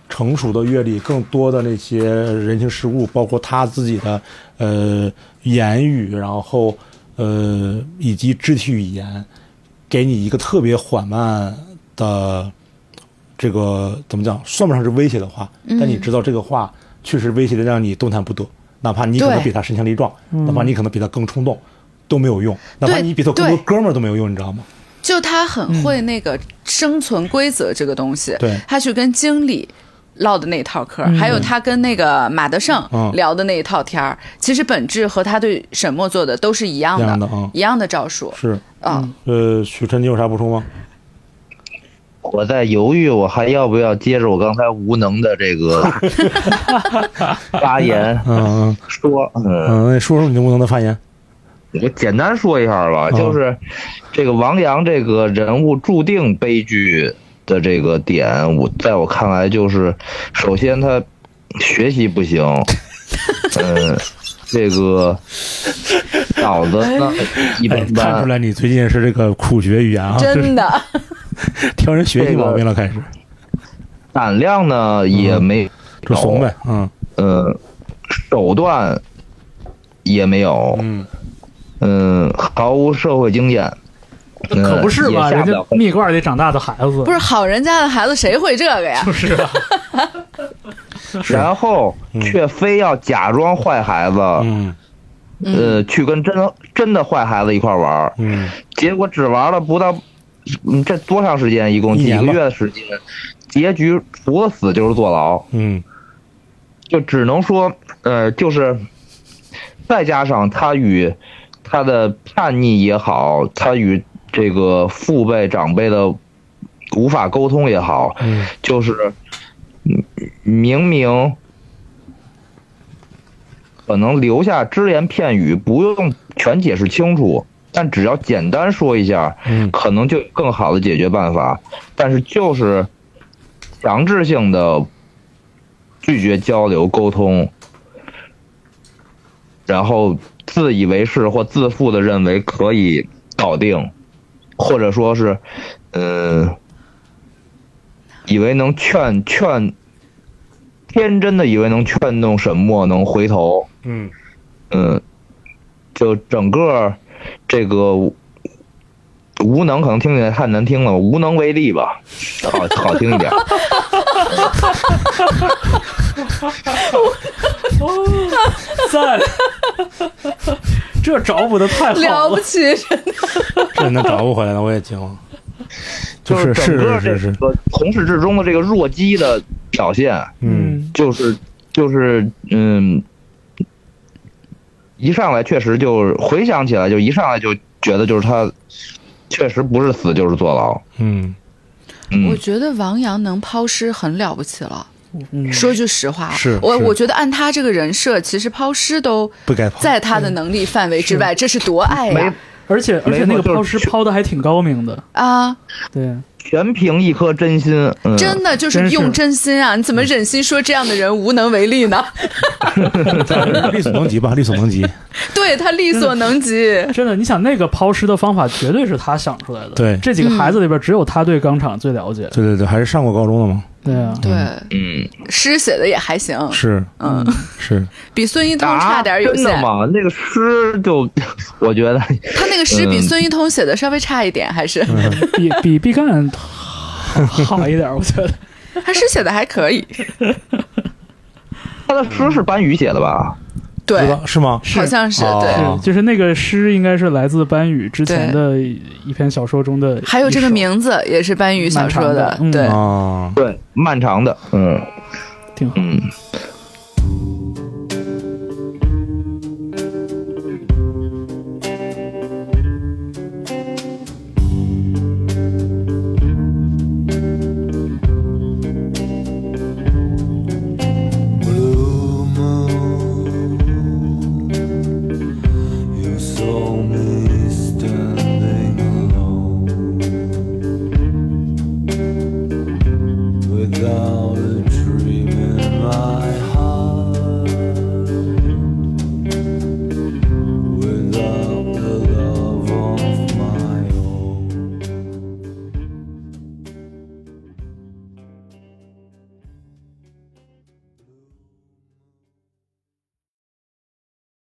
Speaker 2: 成熟的阅历、更多的那些人情世故，包括他自己的呃言语，然后呃以及肢体语言，给你一个特别缓慢的这个怎么讲，算不上是威胁的话，但你知道这个话确实威胁的让你动弹不得，哪怕你可能
Speaker 4: 对
Speaker 2: 比他身强力壮，哪怕你可能比他更冲动。都没有用，哪怕
Speaker 4: 对
Speaker 2: 你比他更多
Speaker 4: 对
Speaker 2: 哥们儿都没有用，你知道吗？
Speaker 4: 就他很会那个生存规则这个东西，
Speaker 2: 对
Speaker 4: 他去跟经理。唠的那一套嗑儿，还有他跟那个马德胜
Speaker 2: 嗯
Speaker 4: 聊的那一套天儿，其实本质和他对沈墨做的都是一样
Speaker 2: 一
Speaker 4: 的
Speaker 2: 样的，嗯
Speaker 4: 一样的招数
Speaker 2: 是，
Speaker 4: 啊。
Speaker 2: 呃，许晨，你有啥补充吗？
Speaker 1: 我在犹豫，我还要不要接着我刚才无能的这个 发言
Speaker 2: 嗯嗯
Speaker 1: 说？嗯，
Speaker 2: 嗯，那说说你的无能的发言。
Speaker 1: 我简单说一下吧，
Speaker 2: 嗯
Speaker 1: 就是这个王阳这个人物注定悲剧的这个点，我在我看来就是，首先他学习不行，嗯，这个脑子呢一
Speaker 2: 哎
Speaker 1: 般，
Speaker 2: 看出
Speaker 1: 般。
Speaker 2: 来你最近是这个苦学语言啊，
Speaker 4: 真的，
Speaker 2: 这是挑人学习毛病了，开始
Speaker 1: 胆量呢也没
Speaker 2: 就嗯怂呗，嗯
Speaker 1: 呃，手段也没有，
Speaker 2: 嗯，
Speaker 1: 嗯、毫无社会经验，嗯
Speaker 3: 可不是吧？
Speaker 1: 也下
Speaker 3: 人
Speaker 1: 不
Speaker 3: 家
Speaker 1: 了分
Speaker 3: 蜜罐里长大的孩子
Speaker 4: 不是好人家的孩子谁会这个呀？
Speaker 3: 就是啊，
Speaker 1: 然后
Speaker 2: 嗯
Speaker 1: 却非要假装坏孩子，
Speaker 2: 嗯
Speaker 1: 呃，去跟真真的坏孩子一块玩儿，
Speaker 2: 嗯
Speaker 1: 结果只玩了不到，嗯，这多长时间？一共
Speaker 2: 一
Speaker 1: 几
Speaker 2: 年
Speaker 1: 个
Speaker 2: 吧
Speaker 1: 月的时间？结局除了死就是坐牢，
Speaker 2: 嗯
Speaker 1: 就只能说，呃，就是再加上他与他的叛逆也好，他与这个父辈长辈的无法沟通也好，
Speaker 2: 嗯
Speaker 1: 就是嗯明明可能留下只言片语，不用全解释清楚，但只要简单说一下，
Speaker 2: 嗯
Speaker 1: 可能就有更好的解决办法，但是就是强制性的拒绝交流沟通，然后自以为是或自负的认为可以搞定，或者说是，嗯、以为能劝劝，天真的以为能劝动沈墨能回头，
Speaker 2: 嗯
Speaker 1: 嗯，就整个这个无无能，可能听起来太难听了，无能为力吧，好好听 一点。
Speaker 3: 赞， 这找补的太 好
Speaker 4: 了不
Speaker 3: 了，
Speaker 4: 起，
Speaker 2: 这能找不回来了，我也惊了，就是
Speaker 1: 整个这
Speaker 2: 是是
Speaker 1: 个
Speaker 2: 是，
Speaker 1: 从始至终的这个弱鸡的表现，
Speaker 2: 嗯，
Speaker 1: 就是就是嗯，一上来确实就是回想起来，就一上来就觉得就是他确实不是死就是坐牢。
Speaker 2: 嗯
Speaker 1: 嗯
Speaker 4: 我，觉得王阳能抛尸很了不起了。
Speaker 3: 嗯，
Speaker 4: 说句实话，
Speaker 2: 是
Speaker 4: 我
Speaker 2: 是
Speaker 4: 我觉得按他这个人设，其实抛尸都
Speaker 2: 不该跑，
Speaker 4: 在他的能力范围之外，这是多爱
Speaker 1: 没
Speaker 4: 呀
Speaker 3: 而且而且那个
Speaker 1: 没错就是
Speaker 3: 抛尸抛的还挺高明的，
Speaker 4: 啊！
Speaker 3: 对，
Speaker 1: 全凭一颗真心。嗯，
Speaker 4: 真的就是
Speaker 3: 真是
Speaker 4: 用真心啊！你怎么忍心说这样的人无能为力呢？
Speaker 2: 力所能及吧，力所能及，
Speaker 4: 对他力所能及，
Speaker 3: 真的，你想那个抛尸的方法绝对是他想出来的，
Speaker 2: 对
Speaker 3: 这几个孩子里边只有他对钢厂最了解，
Speaker 2: 对对对，还是上过高中的嘛，
Speaker 3: 对啊，
Speaker 4: 对
Speaker 1: 嗯，
Speaker 4: 诗写的也还行，
Speaker 2: 是
Speaker 4: 嗯，
Speaker 2: 是，
Speaker 4: 比孙一通
Speaker 1: 啊
Speaker 4: 差点有
Speaker 1: 真
Speaker 4: 限
Speaker 1: 的，吗？那个诗就 我觉得
Speaker 4: 他那个诗比
Speaker 1: 嗯
Speaker 4: 孙一通写的稍微差一点，还是
Speaker 3: 比比毕赣好一点，我觉得。
Speaker 4: 他诗写的还可以。
Speaker 1: 他的诗是班宇写的吧？
Speaker 2: 对
Speaker 4: 对
Speaker 2: 吧？，是吗？
Speaker 3: 是
Speaker 4: 好像是
Speaker 2: 哦
Speaker 4: 对。
Speaker 3: 是，就是那个诗应该是来自班宇之前的一篇小说中的一首，
Speaker 4: 还有这个名字也是班宇小说
Speaker 3: 蛮长的嗯
Speaker 4: 对，
Speaker 2: 啊，
Speaker 1: 对，漫长的，嗯
Speaker 3: 挺好。
Speaker 1: 嗯，